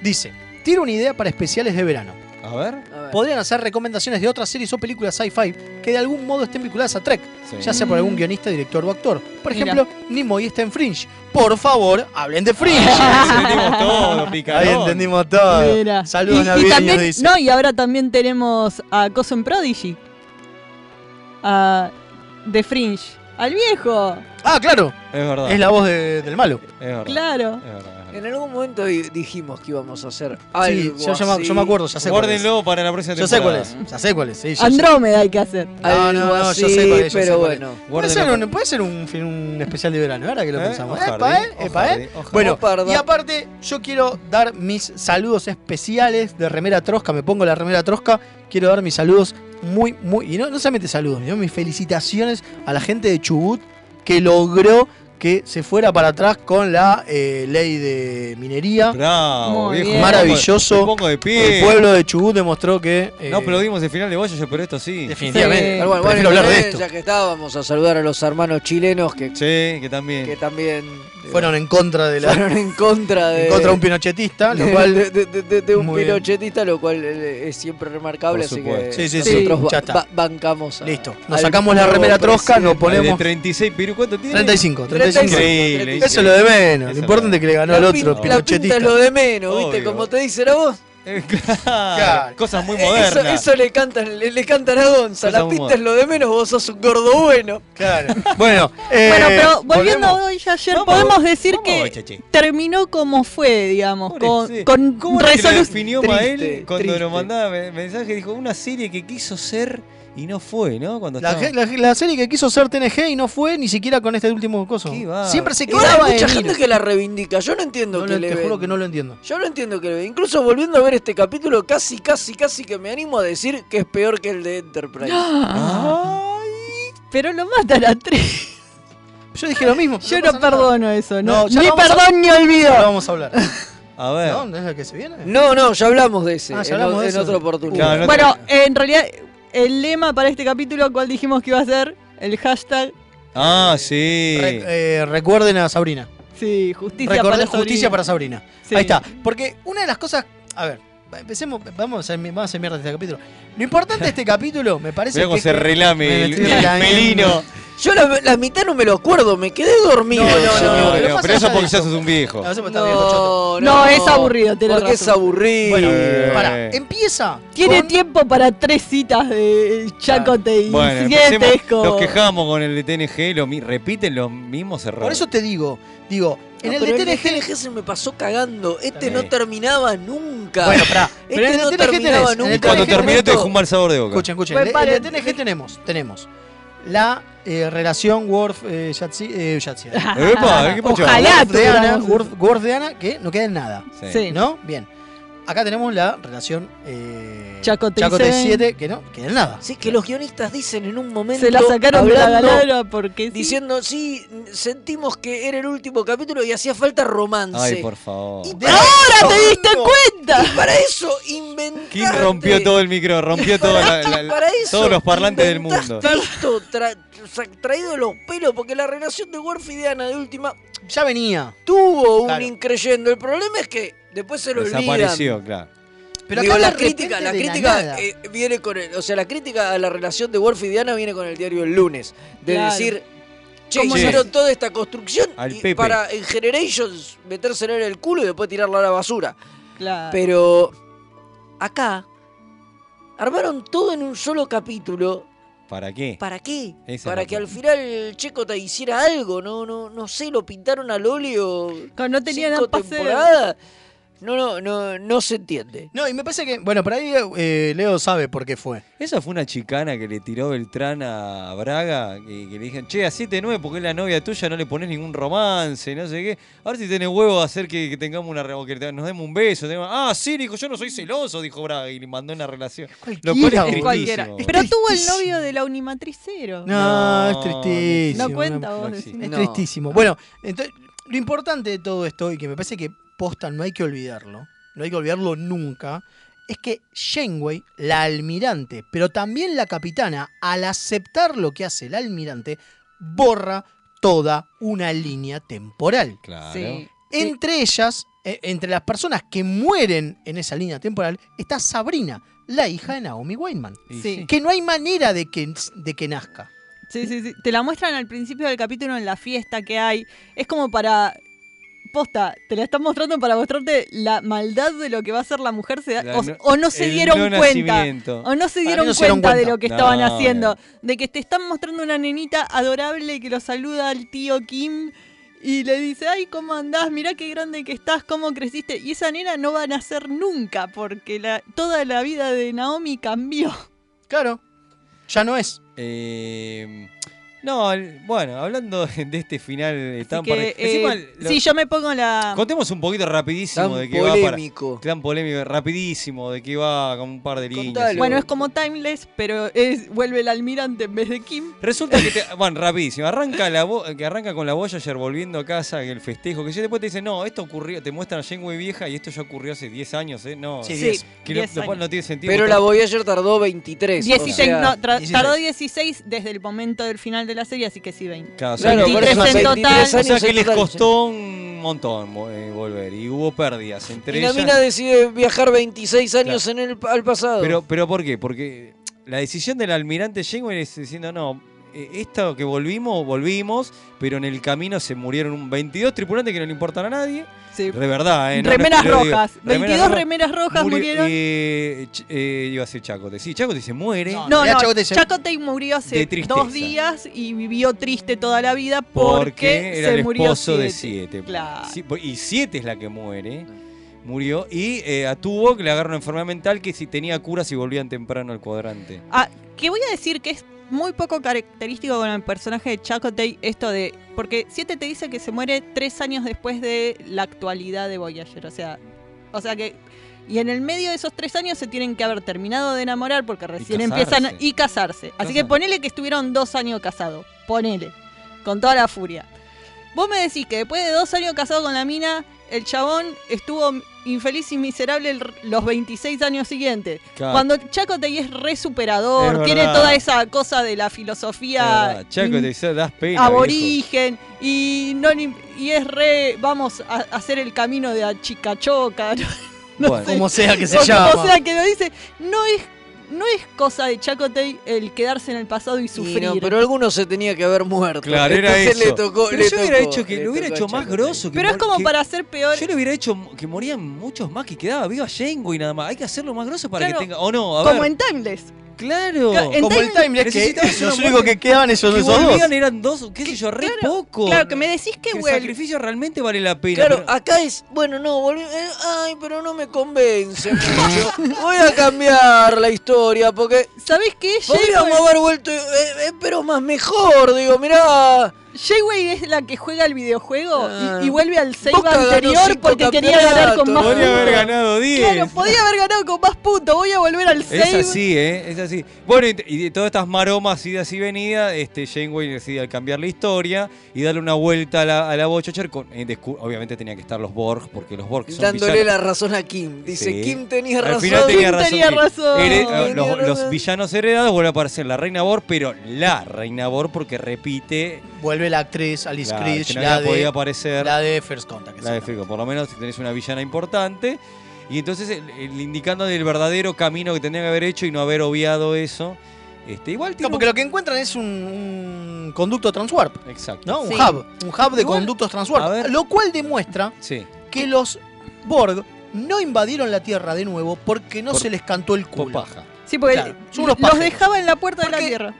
B: Dice, tiene una idea para especiales de verano.
D: A ver.
B: Podrían hacer recomendaciones de otras series o películas sci-fi que de algún modo estén vinculadas a Trek,
D: Sí.
B: ya sea por algún guionista, director o actor. Por
D: Mira.
B: ejemplo, Nimoy está en Fringe. Por favor, hablen de Fringe.
D: entendimos todo, picarón.
B: Ahí entendimos todo.
A: Mira.
B: Saludos
A: Y- y,
B: navideños,
A: también,
B: dice.
A: No, y ahora también tenemos a Coso en Prodigy. A The Fringe. Al viejo.
B: Ah, claro.
D: Es verdad.
B: Es la voz de- del malo.
A: Claro.
C: En algún momento di- dijimos que íbamos a hacer algo.
B: yo- yo me-
C: así.
B: yo me acuerdo, ya sé cuál es.
D: Guárdenlo para la próxima
B: Yo sé cuál
D: temporada.
B: es, ya sé cuál es. sí, ya sé.
A: Andrómeda hay que hacer.
B: No, no, no, yo sé cuál es, yo
C: pero
B: sé cuál es.
C: bueno.
B: Puede ser,
C: Guárdenlo.
B: un, puede ser un, fin- un especial de verano, ahora que lo
D: ¿Eh?
B: pensamos.
D: Ojalá,
B: Epa, eh,
D: ojalá,
B: epa, eh.
D: ojalá.
B: Bueno,
D: Ojalá.
B: y aparte, yo quiero dar mis saludos especiales de remera trosca. Me pongo la remera trosca. Quiero dar mis saludos muy, muy. Y no, no solamente saludos, sino mis felicitaciones a la gente de Chubut que logró que se fuera para atrás con la eh, ley de minería.
D: Bravo, Muy viejo. bien.
B: Maravilloso.
D: Me pongo de pie.
B: El pueblo de Chubut demostró que. eh,
D: No aplaudimos el final de Voyager, pero esto sí.
B: Definitivamente.
C: Pero Eh, bueno,
B: Prefiero
C: bueno,
B: hablar de
C: también,
B: esto.
C: Ya que estábamos a saludar a los hermanos chilenos que,
D: Sí, que también.
C: que también
B: Fueron en contra de la.
C: fueron en contra de.
B: en contra de un pinochetista, lo
C: de-
B: cual.
C: de, de- de- de un
B: Muy bien.
C: pinochetista, lo cual eh, es siempre remarcable,
B: Por
C: así que
B: supuesto. Sí, sí, sí.
C: nosotros ba-
B: Ya está.
C: ba- bancamos a-
B: eh, Listo. Nos
C: al
B: sacamos la
C: nuevo
B: remera trosca, nos
C: presidente.
D: El de
B: ponemos.
D: 36 Perú, ¿cuánto tiene?
B: 35, 35.
D: 35.
B: Increíble, Eso es lo de menos. Lo importante es que le ganó al
C: La pin-
B: otro,
C: La pinta
B: pinochetista.
C: es lo de menos, ¿viste?
D: Obvio.
C: Como te dicen a vos.
D: Eh, Claro, Cosas muy
C: Eso,
D: modernas.
C: eso le cantan, le, le cantan a Gonza.
D: Cosa
C: La
D: muy
C: pinta es
D: moderna.
C: lo de menos, vos sos un gordo bueno.
B: Claro. Bueno,
A: Bueno,
B: eh,
A: pero volviendo
B: volvemos.
A: a Voyager, podemos decir que
D: Cheche.
A: terminó como fue, digamos, con,
D: Sí.
A: con
D: ¿Cómo era que lo
A: resolu-
D: definió Mael
C: Triste,
D: cuando
C: triste.
D: nos mandaba me- mensaje? Dijo, una serie que quiso ser y no fue, ¿no? Cuando
B: La,
D: estaba-
B: ge- la ge- la serie que quiso ser TNG y no fue ni siquiera con este último coso.
D: Qué va.
B: Siempre se
C: Igual hay
B: quedaba
C: mucha
B: en
C: gente
B: ir.
C: que la reivindica. Yo no entiendo
B: No
C: que
B: lo-
C: le
B: te juro
C: ven.
B: que no lo entiendo.
C: Yo no entiendo que le ven. Incluso volviendo a ver este capítulo, casi, casi, casi que me animo a decir que es peor que el de Enterprise.
A: Pero lo matan a tres.
B: Yo dije lo mismo.
A: Yo
B: pasa
A: no
B: nada.
A: perdono eso, ¿no?
B: No, ya
A: ni
B: vamos a-
A: perdón ni olvido.
B: Ahora vamos a hablar.
D: A ver.
B: ¿No? ¿No es la que se viene?
C: No, no, ya hablamos de ese.
B: Ah, ya
C: en
B: hablamos
C: o-
B: de
C: en
B: eso.
C: otra oportunidad.
D: Claro, no
A: Bueno, en realidad, el lema para este capítulo, ¿cuál dijimos que iba a ser? El hashtag,
D: Ah, sí.
B: Re- eh, recuerden a Sabrina.
A: sí, justicia
B: Recordé
A: para
B: justicia
A: Sabrina.
B: para Sabrina.
A: Sí.
B: Ahí está. Porque una de las cosas. A ver, empecemos. Vamos a hacer, mi- vamos a hacer mierda este capítulo. Lo importante de este capítulo, me parece.
D: Mirá cómo
B: que
D: se relame
B: Me
D: el,
B: estoy
D: el
B: relamiendo.
D: pelino.
C: Yo la, la mitad no me lo acuerdo, me quedé dormido.
B: No, no, no,
C: señor.
B: no,
D: Pero,
B: pasa
D: pero eso
B: nada
D: porque
B: de
D: ya sos un viejo.
B: No, eso está bien, choto.
A: No, es aburrido, tenés
C: Porque es
A: razón.
C: aburrido.
B: Bueno,
D: Eh.
B: pará, empieza.
A: Tiene
B: con-
A: tiempo para tres citas de chacote y
D: Bueno,
A: siete
D: empecemos.
A: es como-
D: nos quejamos con el de TNG, lo mi- repiten los mismos errores.
B: Por eso te digo, digo, en
C: No,
B: el de
C: pero este
B: TNG.
C: TNG se me pasó cagando. Este
D: Sí.
C: no terminaba nunca.
B: Bueno, pará.
C: Este
B: pero en el
C: no
B: de TNG tenés,
C: terminaba
B: en el
C: nunca.
B: de
D: Cuando
B: TNG
D: terminó te
B: momento-
D: dejó un mal sabor de boca.
B: Escuchen, escuchen.
A: Fue
B: En
A: para-
B: el de TNG tenemos, tenemos la eh, relación Worf eh, Yatsi- eh, Yatsi-
D: Epa, ¿qué pasó?
A: Ojalá
B: Worf de Ana,
A: tuviéramos-
B: Worf, Worf de Ana, que no queda en nada.
D: Sí.
A: Sí.
B: ¿No? Bien. Acá tenemos la relación eh,
A: Chacote y
B: Chacote
A: Seven.
B: 7, que no queda en nada.
C: Sí, que los guionistas dicen en un momento.
A: Se la sacaron de la
C: hablando,
A: galera porque sí.
C: Diciendo, sí, sentimos que era el último capítulo y hacía falta romance.
D: Ay, por favor.
C: Y
A: ¡Ahora ¡Ah, te diste cuenta!
C: para eso inventaste.
D: Kim rompió todo el micro, rompió todo la- la- la-
C: Para eso
D: todos los parlantes del
C: inventaste
D: mundo.
C: Esto tra- o sea, traído de los pelos, porque la relación de Worf y de Ana de última
B: Ya venía.
C: tuvo un
B: Claro.
C: increyendo. El problema es que después se lo olvidan.
D: Desapareció, claro.
B: Pero
C: Digo,
B: acá
C: la
B: de
C: crítica,
B: repente
C: la
B: de
C: crítica
B: nada.
C: eh, viene con el, o sea, la crítica a la relación de Worf y Diana viene con el diario el lunes, de
A: Claro.
C: decir, che,
A: ¿Cómo
C: hicieron toda esta construcción
D: Al
C: y
D: Pepe.
C: para en Generations metérsela en el culo y después tirarla a la basura.
A: Claro.
C: Pero acá armaron todo en un solo capítulo.
D: ¿Para qué?
C: ¿Para qué?
D: Esa es
C: para
D: la
C: que al
D: cosa.
C: final el Checo te hiciera algo, no, no, no sé, lo pintaron al óleo.
A: Claro, no tenía
C: cinco
A: nada para hacer.
C: temporadas. No, no, no, no se entiende.
B: No, y me parece que, bueno, por ahí eh, Leo sabe por qué fue.
D: Esa fue una chicana que le tiró Beltrán a Braga, que, que le dijeron, che, así te nueve porque es la novia tuya, no le pones ningún romance, no sé qué. A ver si tenés huevo de hacer que, que tengamos una re- o que te- nos demos un beso. tengamos- Ah, sí, dijo, yo no soy celoso, dijo Braga, y le mandó una relación. Lo cual
B: cualquiera,
D: es
B: boludo.
A: Es cualquiera.
D: tristísimo.
A: Pero tuvo el
B: Tristísimo.
A: novio de la unimatricero.
B: No,
D: No,
B: es tristísimo.
A: No cuenta vos.
D: existe.
A: decime.
B: Es
C: No.
B: tristísimo. Bueno, entonces, lo importante de todo esto, y que me parece que posta no hay que olvidarlo, no hay que olvidarlo nunca, es que Shenway, la almirante, pero también la capitana, al aceptar lo que hace el almirante, borra toda una línea temporal.
D: Claro.
A: Sí.
B: Entre ellas, eh, entre las personas que mueren en esa línea temporal, está Sabrina, la hija de Naomi Weinman.
D: Y
A: Sí.
B: Que no hay manera de que, de que nazca.
A: Sí, sí, sí. Te la muestran al principio del capítulo en la fiesta que hay. Es como para. Posta, te la están mostrando para mostrarte la maldad de lo que va a hacer la mujer. se da-
D: La
A: o,
D: no-
A: o no se
D: el
A: dieron
D: no
A: cuenta.
D: nacimiento.
A: O no se
B: Para
A: dieron,
B: mí no se
A: cuenta,
B: dieron
A: de
B: cuenta.
A: lo que estaban
D: No,
A: haciendo. De que te están mostrando una nenita adorable que lo saluda al tío Kim y le dice, ay, ¿cómo andás? Mirá qué grande que estás, cómo creciste. Y esa nena no va a nacer nunca porque la, toda la vida de Naomi cambió.
B: Claro. Ya no es.
D: Eh, No, el- bueno, hablando de este final eh, tan
A: que,
D: partic-
A: eh,
D: Encima, lo-
A: Sí, yo me pongo la.
D: Contemos un poquito rapidísimo
C: Tan
D: de qué va para. Tan polémico. Rapidísimo, de qué va con un par de líneas. ¿sí?
A: Bueno, es como timeless, pero es vuelve el almirante en vez de Kim.
D: Resulta que te, bueno, rapidísimo, arranca la bo- que arranca con la Voyager volviendo a casa, que el festejo, que yo después te dicen, no, esto ocurrió, te muestran a Janeway vieja y esto ya ocurrió hace 10 años, ¿eh? No,
C: Sí, Sí, 10.
D: que no,
A: 10
D: lo cual
A: años.
D: no tiene sentido.
C: Pero
D: porque-
C: la Voyager tardó 23. o
A: 16,
C: sea-
A: no, tra- tardó 16 desde el momento del final de la serie, así que sí, 20.
D: Claro, o sea, que-
A: 23 en total.
D: o sea que les costó un montón vo- eh, volver y hubo pérdidas entre
C: Y la
D: ellas.
C: mina decide viajar 26 años en el, al pasado.
D: Pero, pero ¿por qué? Porque la decisión del almirante Janeway es diciendo, no, eh, esto que volvimos, volvimos, pero en el camino se murieron un 22 tripulantes que no le importan a nadie.
A: Sí.
D: De verdad, ¿eh? No, no es que
A: remeras
D: lo diga.
A: rojas.
D: Remeras
A: 22
D: rojas.
A: remeras rojas
D: Murió-
A: murieron.
D: eh, Ch- eh, iba a ser Chacote. Sí, Chacote se muere.
A: no, no, Chacotay murió
D: De
A: hace
D: tristeza.
A: dos días y vivió triste toda la vida porque,
D: Porque era
A: se
D: el
A: murió
D: esposo de
A: siete.
D: 7.
A: Claro.
D: Y 7 es la que muere. Murió. Y eh, a Tuvo que le agarró una enfermedad mental que si tenía cura si volvían temprano al cuadrante.
A: Ah, que voy a decir que es muy poco característico con el personaje de Chakotay esto de... Porque 7 te dice que se muere tres años después de la actualidad de Voyager. O sea, o sea que... Y en el medio de esos tres años se tienen que haber terminado de enamorar porque recién
E: casarse.
A: empiezan... Y casarse. Así que ponele que estuvieron dos años casados. Ponele. Con toda la furia. Vos me decís que después de dos años casado con la mina, el chabón estuvo infeliz y miserable el- los 26 años siguientes.
D: Claro.
A: Cuando Chacotay es re superador,
D: Ah. Es
A: tiene
D: verdad.
A: toda esa cosa de la
D: Ah,
A: filosofía
D: Chaco,
A: mm,
D: te dice, das pena. viejo.
A: aborigen y no le im- y es re vamos a hacer el camino de Achicachoca. ¿no? No
B: Bueno.
A: sé.
B: Como sea que se
A: O
B: llama.
A: Como sea que lo dice, no es no es cosa de Chacotay el quedarse en el pasado y
C: Y no,
A: sufrir.
C: pero alguno se tenía que haber muerto.
D: Claro, era
C: Entonces
D: eso.
C: le tocó-
D: Pero
C: le
D: yo hubiera
C: tocó,
D: hecho que
C: le
D: lo hubiera
C: tocó
D: hecho
C: a
D: más
C: Chaco.
D: grosso. Que
A: Pero es
D: mor-
A: como
D: que-
A: para hacer peor.
D: Yo le hubiera hecho m- que morían muchos más que quedaba viva Jengo y nada más. Hay que hacerlo más grosso para
A: Claro,
D: que tenga. O no, a ver.
A: como en Timeless.
D: Claro.
A: en
B: Como el
A: Timeless-
B: timeless que
D: Necesitabas una
B: los
D: muerte.
B: únicos que quedaban esos,
D: que
B: esos dos.
D: volvían eran dos, qué sé yo, re poco.
A: Claro, que me decís que
D: Que el
A: vuelve.
D: sacrificio realmente vale la pena.
C: Claro,
D: pero-
C: acá es, bueno, no, volví, eh, ay, pero no me convence mucho. Voy a cambiar la historia porque
A: ¿Sabés qué?
C: podríamos
A: Janeway-
C: haber vuelto, eh, eh, pero más mejor, digo, mirá.
A: Jayway es la que juega el videojuego y-
C: Ah.
A: y, vuelve al save
C: Boca ganó
A: anterior
C: cinco
A: porque quería ganar con
C: campeonatos,
A: más
D: Podría haber
A: puntos.
D: ganado 10.
A: Claro, podía haber ganado con más puntos. Voy a volver al
D: Es
A: save.
D: así, ¿eh? Es así. Bueno, y t- y de todas estas maromas, idas y venidas, este, Janeway decide al cambiar la historia y darle una vuelta a la, a la Voyager con- eh, descu- obviamente tenía que estar los Borg, porque los Borg son
C: Dándole
D: villanos.
C: la razón a Kim. Dice,
D: Sí.
C: Kim tenía
D: Al
C: razón.
D: final tenía razón. que here-
C: Tenía
D: los, los
C: razón.
D: villanos heredados vuelve a aparecer la Reina Bor, pero la Reina Bor porque repite
B: Vuelve la actriz Alice
D: Claro,
B: Creech,
D: que no
B: la,
D: había podido
B: de,
D: aparecer.
B: la de First Contact.
D: la de Frigo. Por lo menos tenés una villana importante. Y entonces el- el indicando el verdadero camino que tendría que haber hecho y no haber obviado eso. Este, igual tiene
B: No, porque lo que encuentran es un, un conducto transwarp,
D: un- Exacto.
B: ¿no? Un
D: Sí.
B: hub, un hub de
D: Igual-
B: conductos transwarp. Lo cual demuestra
D: Sí.
B: que los Borg no invadieron la Tierra de nuevo porque no se les cantó el culo.
D: paja.
A: Sí, porque
B: Claro, son unos
A: los
B: pajeros.
A: dejaba en la puerta de la tierra.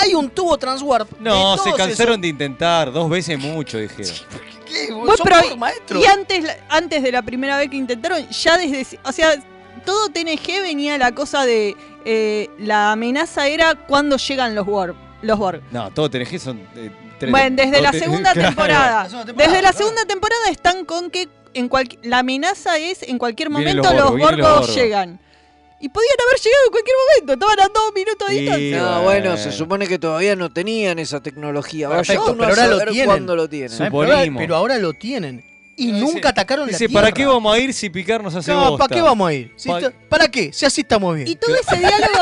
B: Hay un tubo transwarp. de
D: No, se
B: todos
D: cansaron de intentar. Dos veces mucho, dijeron.
B: esos- ¿Qué?
A: Bueno,
B: Son
A: pero-
B: Borg, maestro.
A: Y antes, la- antes de la primera vez que intentaron, ya desde. O sea, todo TNG venía la cosa de. eh, la amenaza era cuando llegan los Borg. Los Borg.
D: No, todo TNG son. eh, tres-
A: Bueno, desde
D: dos
A: la
D: te-
A: segunda
D: Claro.
A: temporada.
B: La segunda temporada,
A: Desde la
B: claro.
A: segunda temporada están con que en cual- la amenaza es en cualquier
D: Vienen
A: momento
D: los
A: los
D: Borgo, vienen
A: Borgos
D: los Borgo.
A: llegan. Y podían haber llegado en cualquier momento, estaban a dos minutos de
D: Y
A: distancia.
C: No, bueno, se
D: bueno.
C: supone que todavía no tenían esa tecnología. Vaya
B: Perfecto,
C: uno
B: pero
C: a
B: ahora lo
C: saber
B: tienen.
C: cuándo lo tienen.
B: Pero ahora-
D: Suponimos.
B: Pero ahora lo tienen. Y nunca atacaron la
D: Dice,
B: Tierra.
D: ¿para qué vamos a ir si picar nos hace
B: No, ¿para
D: bosta?
B: qué vamos a ir? Si
D: Pa-
B: esto- ¿Para qué? Si así estamos bien.
A: Y todo ese diálogo.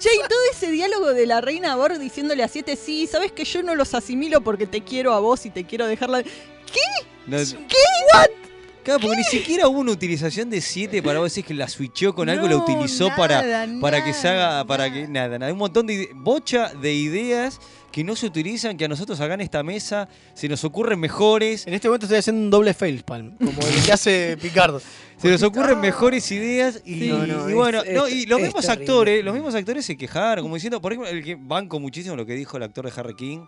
A: che, y todo ese diálogo de la reina Borg diciéndole a siete, sí, sabes que yo no los asimilo porque te quiero a vos y te quiero dejarla. ¿Qué?
D: No,
A: ¿Qué? ¿What?
D: Claro, porque ni siquiera hubo una utilización de 7 para vos decís que la switchó con algo, la
A: No,
D: utilizó
A: nada,
D: para, para que se haga, para que nada, nada. Un montón de ide- bocha de ideas que no se utilizan, que a nosotros acá en esta mesa se nos ocurren mejores.
B: En este momento estoy haciendo un doble fail, palm, como el que hace Picardo.
D: Se nos ocurren mejores ideas y,
B: Sí. No, no,
D: y bueno,
B: es-
D: no,
B: es-
D: y los
B: es
D: mismos
B: terrible.
D: actores, los mismos actores se quejaron, como diciendo, por ejemplo, el que banco muchísimo lo que dijo el actor de Harry King,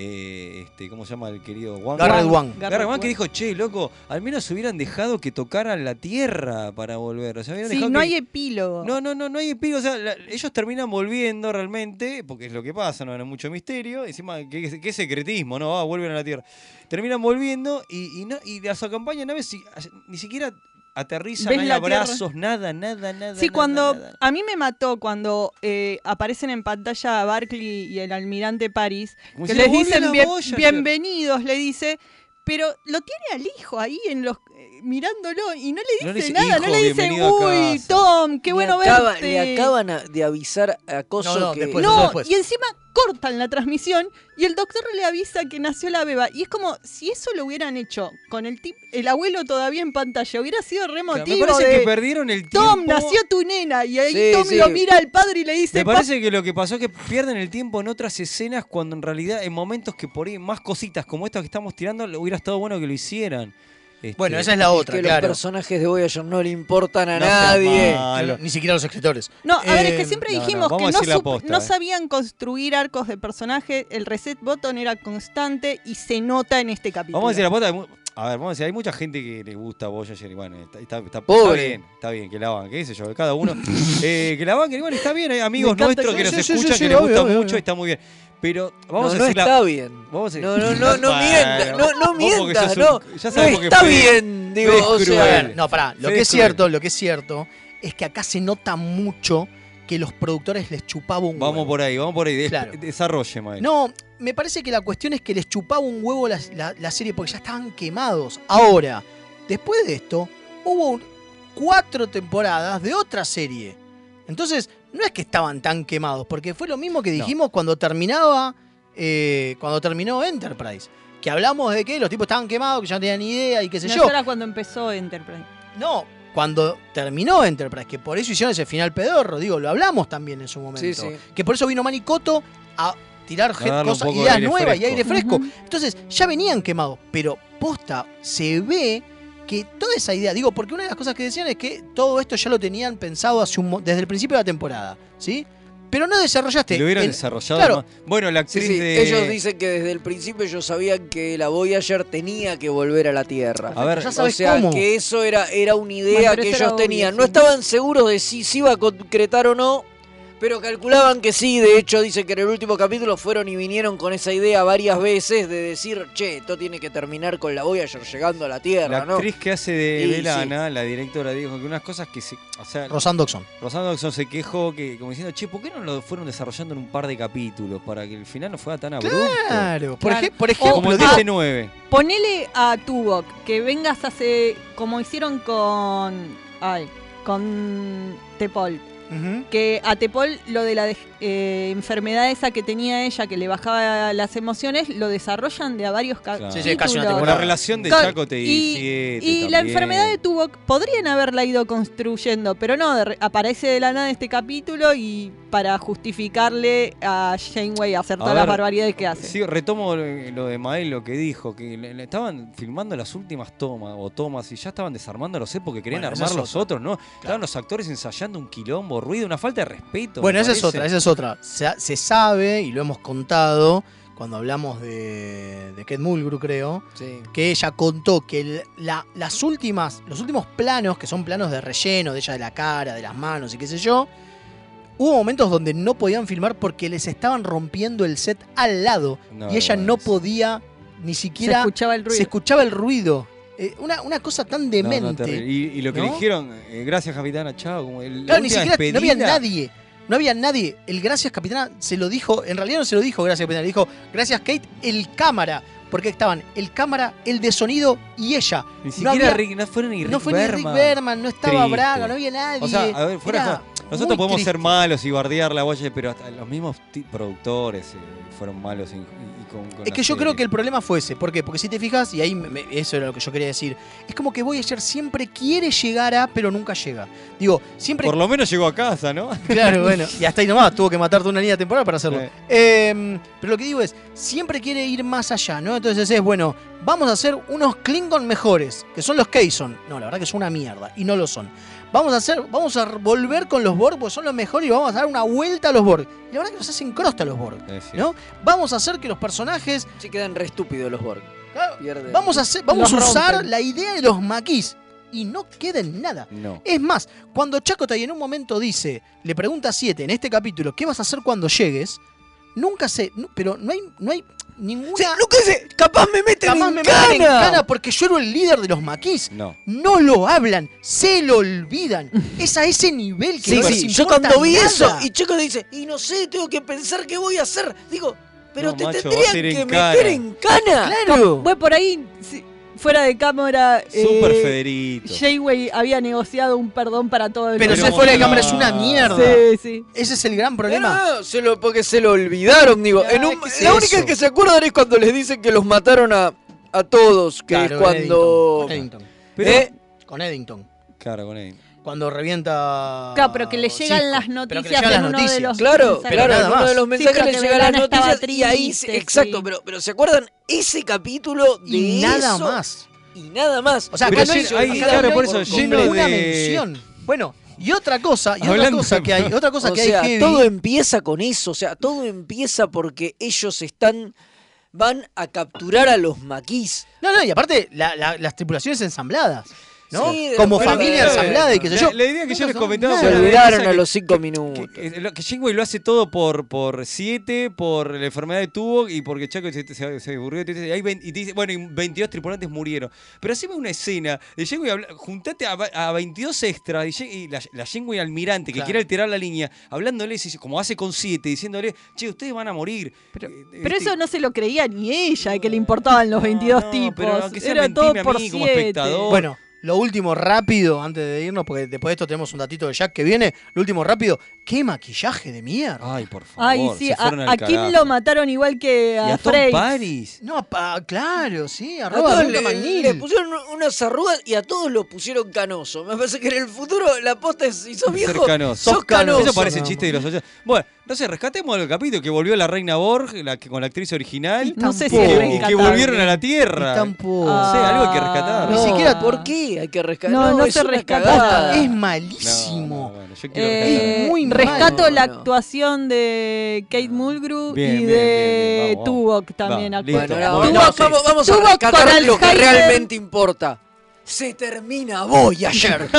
D: eh, este, ¿cómo se llama el querido Wang?
B: Garrett Wang.
D: Garrett Wang que dijo, che, loco, al menos hubieran dejado que tocaran la tierra para volver. O sea, hubieran
A: Sí,
D: dejado
A: no
D: que-
A: hay epílogo.
D: No, no, no, no hay espíritu. O sea, la- ellos terminan volviendo realmente, porque es lo que pasa, no hay mucho misterio. Encima, qué, qué secretismo, ¿no? Ah, vuelven a la Tierra. Terminan volviendo y, y, no, y las acompañan naves si- ni siquiera aterrizan,
A: ¿Ves
D: no hay
A: la
D: abrazos, nada, nada, nada.
A: Sí,
D: nada,
A: cuando
D: nada.
A: a mí me mató cuando eh, aparecen en pantalla Barclay y el almirante París,
D: Como
A: que les
D: diciendo,
A: dicen
D: "Volvió
A: bien-
D: la boya",
A: bienvenidos, le dice, pero lo tiene al hijo ahí en los eh, mirándolo y no le dice,
C: No le dice,
A: nada, no
C: "Hijo,
A: le dice,
C: bienvenido a
A: uy,
C: casa".
A: Tom, qué
C: Le
A: bueno
C: acaba-
A: verte.
C: Le acaban a- de avisar a Coso
A: No,
C: que...
A: No, y encima cortan la transmisión y el doctor le avisa que nació la beba. Y es como si eso lo hubieran hecho con el tip, el abuelo todavía en pantalla, hubiera sido re
D: O sea,
A: emotivo.
D: me parece
A: de,
D: que perdieron el tiempo.
A: Tom, nació este tu nena. Y ahí
D: Sí,
A: Tom
D: sí.
A: lo mira al padre y le dice.
D: Me parece que lo que pasó es que pierden el tiempo en otras escenas cuando en realidad en momentos que por ahí más cositas como estas que estamos tirando le hubiera estado bueno que lo hicieran.
B: Bueno,
D: Este,
B: esa es la otra,
C: que
B: claro.
C: los personajes de Voyager no le importan a
B: No sea
C: nadie.
B: malo. Ni siquiera a los escritores.
A: "Pa-". Ah, No, a ver, es
B: Eh,
A: que siempre
B: no, no,
A: dijimos
B: vamos
A: que
B: a
A: no,
B: decir la
A: sup-
B: posta,
A: no
B: eh.
A: sabían construir arcos de personaje, el reset button era constante y se nota en este capítulo.
D: Vamos a decir la pata. A ver, vamos a decir, hay mucha gente que le gusta Voyager y bueno, está, está, está-
C: Pobre.
D: está bien, está bien, que la banquen, qué sé yo, cada uno. eh, que la banquen, igual está bien, hay amigos
C: Me encanta
D: nuestros que
C: que-
D: nos
C: Sí, sí,
D: escuchan,
C: sí, sí,
D: que les
C: obvio,
D: gusta
C: obvio,
D: mucho
C: obvio.
D: y está muy bien. Pero vamos
C: No,
D: a
C: no
D: decir la-
C: está bien.
D: Vamos a-
C: No, no, no, no
D: Bueno,
C: mientas, no- no
D: vos porque
C: mientas,
D: sos
C: no,
D: ya
C: no
D: sabes por qué
C: está
D: Fede-
C: bien, digo,
D: Fede es
C: o sea-
D: cruel.
B: A ver, no, pará. Lo
D: Fede
B: que es
D: cruel.
B: cierto, lo que es cierto, es que acá se nota mucho que los productores les chupaba un
D: Vamos por ahí, vamos por ahí. des-
B: Claro.
D: Desarrolle, maestro.
B: No, me parece que la cuestión es que les chupaba un huevo la, la- la serie porque ya estaban quemados. Ahora, después de esto, hubo un- cuatro temporadas de otra serie. Entonces, no es que estaban tan quemados, porque fue lo mismo que dijimos cuando terminaba, eh, cuando terminó Enterprise. Que hablamos de que los tipos estaban quemados, que ya no tenían ni idea y qué sé
A: No,
B: yo.
A: eso era cuando empezó Enterprise.
B: No, cuando terminó Enterprise, que por eso hicieron ese final pedorro, digo, lo hablamos también en su momento.
C: Sí, sí.
B: Que por eso vino Manicoto a tirar
D: A darle un
B: cosas,
D: poco de
B: ideas
D: aire
B: nuevas y
D: fresco.
B: aire fresco.
D: Ujú.
B: Entonces, ya venían quemados, pero posta, se ve que toda esa idea, digo, porque una de las cosas que decían es que todo esto ya lo tenían pensado hace un mo- desde el principio de la temporada, ¿sí? Pero no desarrollaste.
D: Lo hubieran
B: el-
D: desarrollado.
B: Claro,
D: más. Bueno, la
C: Sí,
D: actriz
C: sí,
D: de.
C: Ellos dicen que desde el principio ellos sabían que la Voyager tenía que volver a la Tierra.
D: A ver, Ya
C: o
D: Ah, sabes
C: sea,
D: cómo.
C: que eso era, era una
A: Bueno,
C: idea
A: pero
C: que
A: eso era
C: ellos
A: obvio,
C: tenían.
A: sí.
C: No estaban seguros de si se iba a concretar o no, pero calculaban que sí. De hecho, dicen que en el último capítulo fueron y vinieron con esa idea varias veces de decir, che, esto tiene que terminar con la Voyager llegando a la
D: La
C: Tierra, ¿no?
D: actriz que hace de
C: Y
D: Belana, la directora, dijo que unas cosas que se. O sea,
B: Rosando Oxon.
D: Rosando Oxon se quejó que, como diciendo, che, ¿por qué no lo fueron desarrollando en un par de capítulos para que el final no fuera tan abrupto?
B: Claro, por,
A: Claro. Ah.
B: ej- por ejemplo,
D: Como el
B: digo,
D: 19.
A: Ponele a Tuvok que vengas hace como hicieron con ay, con Tepol.
B: Ujú.
A: Que a Tepol lo de la de- eh, enfermedad esa que tenía ella que le bajaba las emociones lo desarrollan de a varios ca-
D: Claro.
B: Sí, sí, casi una
A: capítulos.
D: Como la relación de
A: Con-
D: Chacote y
A: y,
D: Siete
A: y la
D: también.
A: enfermedad de Tuvok podrían haberla ido construyendo, pero no, de re- aparece de la nada este capítulo y para justificarle a Janeway hacer
D: A
A: todas las
D: ver,
A: barbaridades que hace.
D: Sí, retomo lo lo de Mael, lo que dijo, que le- le estaban filmando las últimas tomas o tomas y ya estaban desarmando los porque querían
B: Bueno, esa
D: armar
B: es
D: los otros, ¿no? Estaban los actores ensayando un quilombo, ruido, una falta de respeto.
B: Bueno,
D: me
B: esa es
D: parece.
B: otra, esa es otra. Se, se sabe, y lo hemos contado cuando hablamos de, de Kate Mulgrew, creo,
C: Sí.
B: que ella contó que el- la- las últimas, los últimos planos, que son planos de relleno, de ella de la cara, de las manos y qué sé yo, hubo momentos donde no podían filmar porque les estaban rompiendo el set al lado
D: No,
B: y ella
D: Ah, bueno,
B: no podía ni siquiera...
A: escuchaba el ruido.
B: se escuchaba el ruido. Eh, una, una cosa tan
D: No, no,
B: demente.
D: terrible. y, y lo que
B: ¿no?
D: dijeron, eh, gracias capitana, chao. Como el, la
B: Claro, ni
D: última
B: siquiera no había
D: despedida.
B: nadie. No había nadie. El gracias, capitana, se lo dijo. En realidad no se lo dijo gracias, capitana. Le dijo gracias, Kate, el cámara. Porque estaban el cámara, el de sonido y ella.
D: Ni
B: no,
D: siquiera
B: había-
D: Rick- no fueron ni Rick
B: no fue ni Rick
D: Berman.
B: Berman, no estaba
D: Triste.
B: Braga, no había nadie.
D: O sea, a ver, fuera de
B: Era
D: joda, Nosotros
B: muy
D: podemos ser
B: triste.
D: malos y bardear la Voyager, pero hasta los mismos ti- productores eh, fueron malos en- y- y con- con
B: Es
D: la
B: que yo
D: serie.
B: creo que el problema fue ese. ¿Por qué? Porque si te fijas, y ahí me- me- eso era lo que yo quería decir, es como que Voyager siempre quiere llegar a, pero nunca llega. Digo, siempre
D: Por lo menos llegó a casa, ¿no?
B: Claro, bueno. Y hasta ahí nomás, tuvo que matarte una línea temporal para hacerlo.
D: Sí.
B: Eh, pero lo que digo es, siempre quiere ir más allá, ¿no? Entonces es, bueno, vamos a hacer unos Klingon mejores, que son los Keyson. No, la verdad que son una mierda, y no lo son. Vamos a hacer, vamos a volver con los Borg, porque son los mejores y vamos a dar una vuelta a los Borg. Y la verdad que nos hacen crosta los Borg, ¿no? Vamos a hacer que los personajes.
C: Sí, quedan re estúpidos los Borg. Pierden.
B: Vamos a, hacer- vamos a
C: Los
B: usar
C: rompen.
B: la idea de los maquis y no queda en nada.
D: No.
B: Es más, cuando Chacotay en un momento dice, le pregunta a Siete en este capítulo, ¿qué vas a hacer cuando llegues? Nunca sé, nu- pero no hay, no hay ninguna.
C: nunca sé, capaz me meten
B: Capaz
C: en
B: me meten en
C: cana.
B: cana porque yo era el líder de los maquis.
D: No.
B: No lo hablan, se lo olvidan. Es a ese nivel que
C: Sí,
B: no les
C: sí, yo
B: importa
C: cuando vi
B: nada.
C: eso y Checo dice, y no sé, tengo que pensar qué voy a hacer. Digo, pero
D: No,
C: te
D: macho,
C: tendrían
D: vas a ir en
C: que
D: cana.
C: meter en cana.
B: Claro.
A: Voy por ahí, si- fuera de cámara.
D: Súper
A: eh,
D: Federito.
A: Janeway había negociado un perdón para todo el
B: Pero
A: mundo.
B: si fuera de cámara es una mierda.
A: Sí, sí.
B: Ese es el gran
C: No,
B: problema.
C: no, no, se lo- porque se lo olvidaron, digo.
B: Claro,
C: En un-
B: es que es
C: la única
B: eso.
C: que se acuerdan es cuando les dicen que los mataron a, a todos, que
B: Claro,
C: es cuando...
B: Con Eddington.
D: Pero-
C: ¿Eh?
B: Con Eddington.
D: Claro, con él.
B: Cuando revienta.
A: Claro, pero que le llegan
B: Cisco.
A: las
B: Pero que le
A: noticias
B: llegan
A: en
B: las
A: uno de
B: noticias.
A: los-
C: Claro,
A: Pero
C: claro,
B: nada
C: en uno
B: más.
C: de los
A: Sí,
C: mensajes
A: pero
C: les
A: que
C: llegan las
A: Belgrano estaba
C: noticias y ahí,
A: triste,
C: exacto,
A: sí.
C: pero, pero ¿se acuerdan ese capítulo de
B: Y nada
C: eso?
B: más.
C: Y nada más.
B: O sea,
D: Pero
B: acá no
D: sí, ahí,
B: acá no
D: claro,
B: hay
D: por eso, lleno
B: ninguna
D: de-
B: mención. Bueno, y otra cosa, y otra
D: Hablando-
B: cosa que hay, otra cosa
C: o
B: que
C: sea,
B: hay heavy-
C: todo empieza con eso, o sea, todo empieza porque ellos están van a capturar a los maquis.
B: No, no, y aparte la- la- las tripulaciones ensambladas, ¿no?
C: Sí, de
B: Como
C: los
B: familia
D: eh,
C: cuales-
B: ensamblada y qué sé
D: La-
B: yo.
D: la idea que yo
B: No
D: les
B: son
D: comentaba
B: nada.
C: Se
D: fuera de
C: olvidaron
D: mesa
C: a
D: que-
C: los cinco minutos.
D: Que, que- lo- que Janeway lo hace todo por, por siete, por la enfermedad de tubo y porque Chaco se, se, se aburrió. te dice, "Hay vein- y te dice, bueno, y 22 tripulantes murieron. Pero haceme una escena de Janeway, habla- juntate a, va- a 22 extras y, Jan- y la, la Janeway almirante que
B: Claro.
D: quiere alterar la línea, hablándoles, y- como hace con siete, diciéndole, che, ustedes van a morir. Eh, este Pero,
A: Pero eso no se lo creía ni ella, que le importaban los 22
D: no,
A: tipos.
D: pero aunque sea
A: Era
D: mentime
A: todo
D: a mí
A: por
D: como
A: siete.
D: espectador.
B: Bueno, lo último rápido antes de irnos porque después de esto tenemos un datito de Jack que viene, lo último rápido, qué maquillaje de mierda.
D: Ay, por favor.
A: Ay, sí,
D: se
A: a,
D: fueron al
A: a Kim
D: carajo.
A: lo mataron igual que
D: Y
A: a,
D: a Tom
A: Frey.
D: Paris.
B: No, pa- claro, sí,
C: A
B: arroba
C: todos
B: Ruta
C: le,
B: Magnil.
C: le pusieron unas arrugas y a todos los pusieron canoso. Me parece que en el futuro la posta es si sos viejo,
D: Ser canoso.
C: sos canoso.
D: Eso parece
B: No.
D: chiste de los ochenta. Bueno, no sé, rescatemos el capítulo que volvió la reina Borg, la que con la actriz original.
A: No sé si
B: Tampoco.
A: lo
B: Y
D: que
A: rescataron.
D: volvieron a la Tierra.
B: Y tampoco.
D: No sé, algo hay que rescatar.
A: Ah.
C: Ni
B: No.
C: siquiera por qué hay que rescatar.
A: No, no
C: es
A: se
C: una
A: rescata.
C: cagada.
B: Es
D: No,
B: malísimo.
D: no, bueno, yo quiero
A: Eh,
B: Es muy mal.
A: rescato la
C: No, no.
A: actuación de Kate Mulgrew
D: Ah. Bien,
A: y
D: bien, bien, bien,
A: de
D: vamos.
A: Tubok también.
D: Vamos,
A: actuó.
D: listo.
C: Bueno, ahora
D: Bueno,
C: vamos,
A: sí.
C: vamos- vamos
A: Tuvo
C: a rescatar
A: con
C: lo que
A: Alzheimer.
C: realmente importa. Se termina Voyager.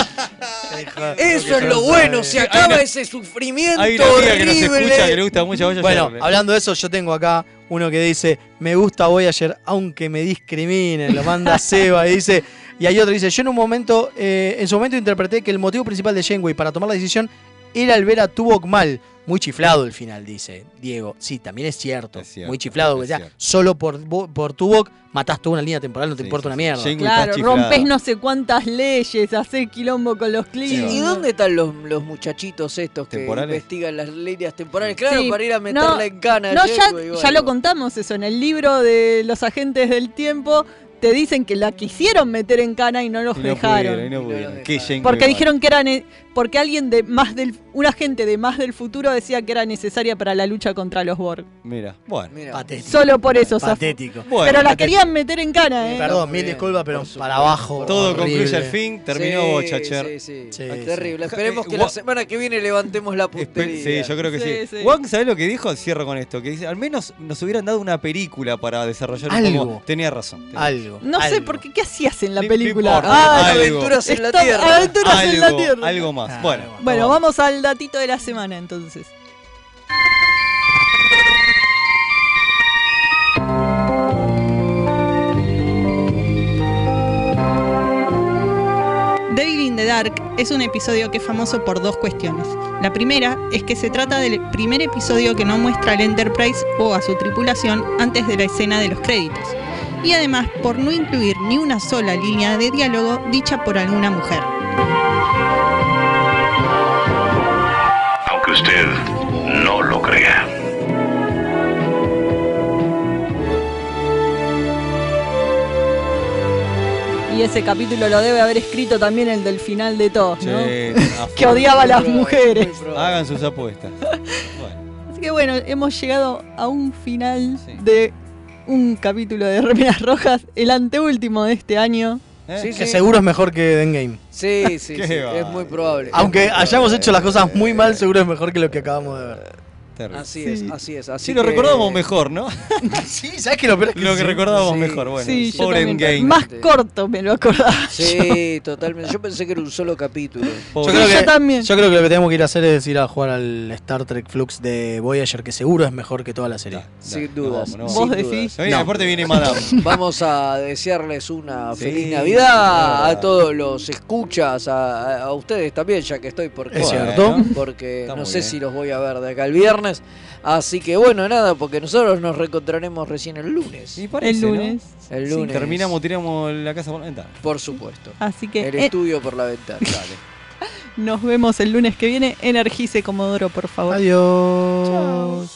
C: Eso es lo bueno, se acaba ese sufrimiento
D: Hay una amiga que nos escucha que le
C: horrible.
D: gusta mucho a Voyager.
B: Bueno, hablando de eso, yo tengo acá uno que dice, me gusta Voyager aunque me discriminen, lo manda Seba y dice, y hay otro que dice, yo en un momento, eh, en su momento interpreté que el motivo principal de Janeway para tomar la decisión era el ver a Tuvok mal, muy chiflado el final, dice Diego. Sí, también es cierto,
D: Es cierto,
B: muy chiflado,
D: es
B: o sea,
D: cierto.
B: solo por, vo- por Tuvok matás toda una línea temporal, no te
D: Sí,
B: importa
D: sí,
B: una
D: sí.
B: mierda.
D: Janeway está
A: Claro,
D: chiflada.
A: rompes no sé cuántas leyes, haces quilombo con los clientes.
C: ¿Y dónde están los, los muchachitos estos que
D: ¿Temporales?
C: investigan las líneas temporales? Claro,
A: Sí.
C: para ir a
A: No,
C: meterla en cana.
A: No,
C: a
A: ya,
C: Janeway,
A: ya
C: bueno.
A: lo contamos eso. En el libro de los agentes del tiempo te dicen que la quisieron meter en cana y no los
D: Y no
A: dejaron.
D: pudieron, y no
C: Y no
D: pudieron.
C: los
D: Qué
C: dejaron.
D: Janeway
A: porque
D: mal.
A: dijeron que eran porque alguien de más del un agente de más del futuro decía que era necesaria para la lucha contra los Borg.
D: Mira, bueno.
C: Mira,
B: Patético.
A: Solo por eso, zafó.
B: Patético.
D: Bueno,
A: pero la
B: patético.
A: querían meter en cana, eh.
B: Perdón,
C: Muy
B: mil
C: bien,
B: disculpas, pero
C: por supuesto.
B: para abajo.
D: Todo concluye al
B: horrible.
D: fin. Terminó
C: Sí,
D: Voyager.
C: Sí, sí. Ah,
B: Sí,
C: Terrible.
D: sí.
C: Esperemos que
D: Eh,
C: la
D: gua-
C: semana que viene levantemos la
D: Espe-
C: puntería.
D: Sí, yo creo que sí.
A: Sí, sí.
D: Wang, ¿sabés lo que dijo? Cierro con esto. Que dice, al menos nos hubieran dado una película para desarrollar un
B: Algo.
D: poco. Tenía razón. tenía-
B: Algo.
A: No sé
B: algo.
A: por qué qué hacías en la
D: No
A: película.
D: importa,
A: Ah,
D: algo.
C: Aventuras en la
A: Esto-
C: Tierra.
A: aventuras en la
D: Algo,
A: Tierra.
D: algo más.
B: Ah,
D: bueno,
B: bueno.
A: Bueno, vamos al datito de la semana entonces.
J: Devil in the Dark es un episodio que es famoso por dos cuestiones. La primera es que se trata del primer episodio que no muestra al Enterprise o a su tripulación antes de la escena de los créditos. Y además por no incluir ni una sola línea de diálogo dicha por alguna mujer.
L: Aunque usted no lo crea.
A: Y ese capítulo lo debe haber escrito también el del final de todos, ¿no?
D: Che, a
A: Que
D: full.
A: odiaba a las mujeres.
D: Hagan sus apuestas. Bueno,
A: Así que bueno, hemos llegado a un final
D: Sí.
A: de un capítulo de Remeras Rojas, el anteúltimo de este año.
D: ¿Eh?
B: que seguro es mejor que Endgame.
D: Ah,
C: Sí, sí, sí, es muy probable.
B: Aunque hayamos hecho las cosas muy mal, seguro es mejor que lo que acabamos de ver.
C: Así es, así es. Así
D: Sí, lo
C: que-
D: recordábamos mejor, ¿no?
B: sí, ¿sabes que lo peor es que
D: Lo que
B: sí?
D: recordábamos
B: Sí,
D: mejor, bueno.
A: Sí, yo
D: Pobre
A: también.
D: Endgame.
A: Más corto me lo acordaba.
C: Sí, totalmente. Yo pensé que era un solo capítulo.
B: Yo creo, que, yo creo que lo que tenemos que ir a hacer es ir a jugar al Star Trek Flux de Voyager, que seguro es mejor que toda la serie.
C: Sin dudas.
B: no.
C: sin
B: Vos
C: dudas.
B: decís. No, No. aparte viene Madame.
C: Vamos a desearles una
B: Sí,
C: feliz
B: la
C: Navidad
B: verdad.
C: a todos los escuchas, a, a ustedes también, ya que estoy por
B: Es
C: Córdoba,
B: cierto.
C: ¿no? Porque
B: Está
C: no
B: muy
C: sé
B: bien.
C: si los voy a ver de acá el viernes. Así que bueno, nada, porque nosotros nos reencontraremos recién el lunes.
A: parece, ¿no? lunes.
C: El
D: Sí,
C: lunes.
D: terminamos, tiramos la casa por la ventana.
C: Por supuesto.
A: Así que,
C: El
A: eh.
C: estudio por la ventana. Dale.
A: Nos vemos el lunes que viene. Energice Comodoro, por favor.
B: Adiós.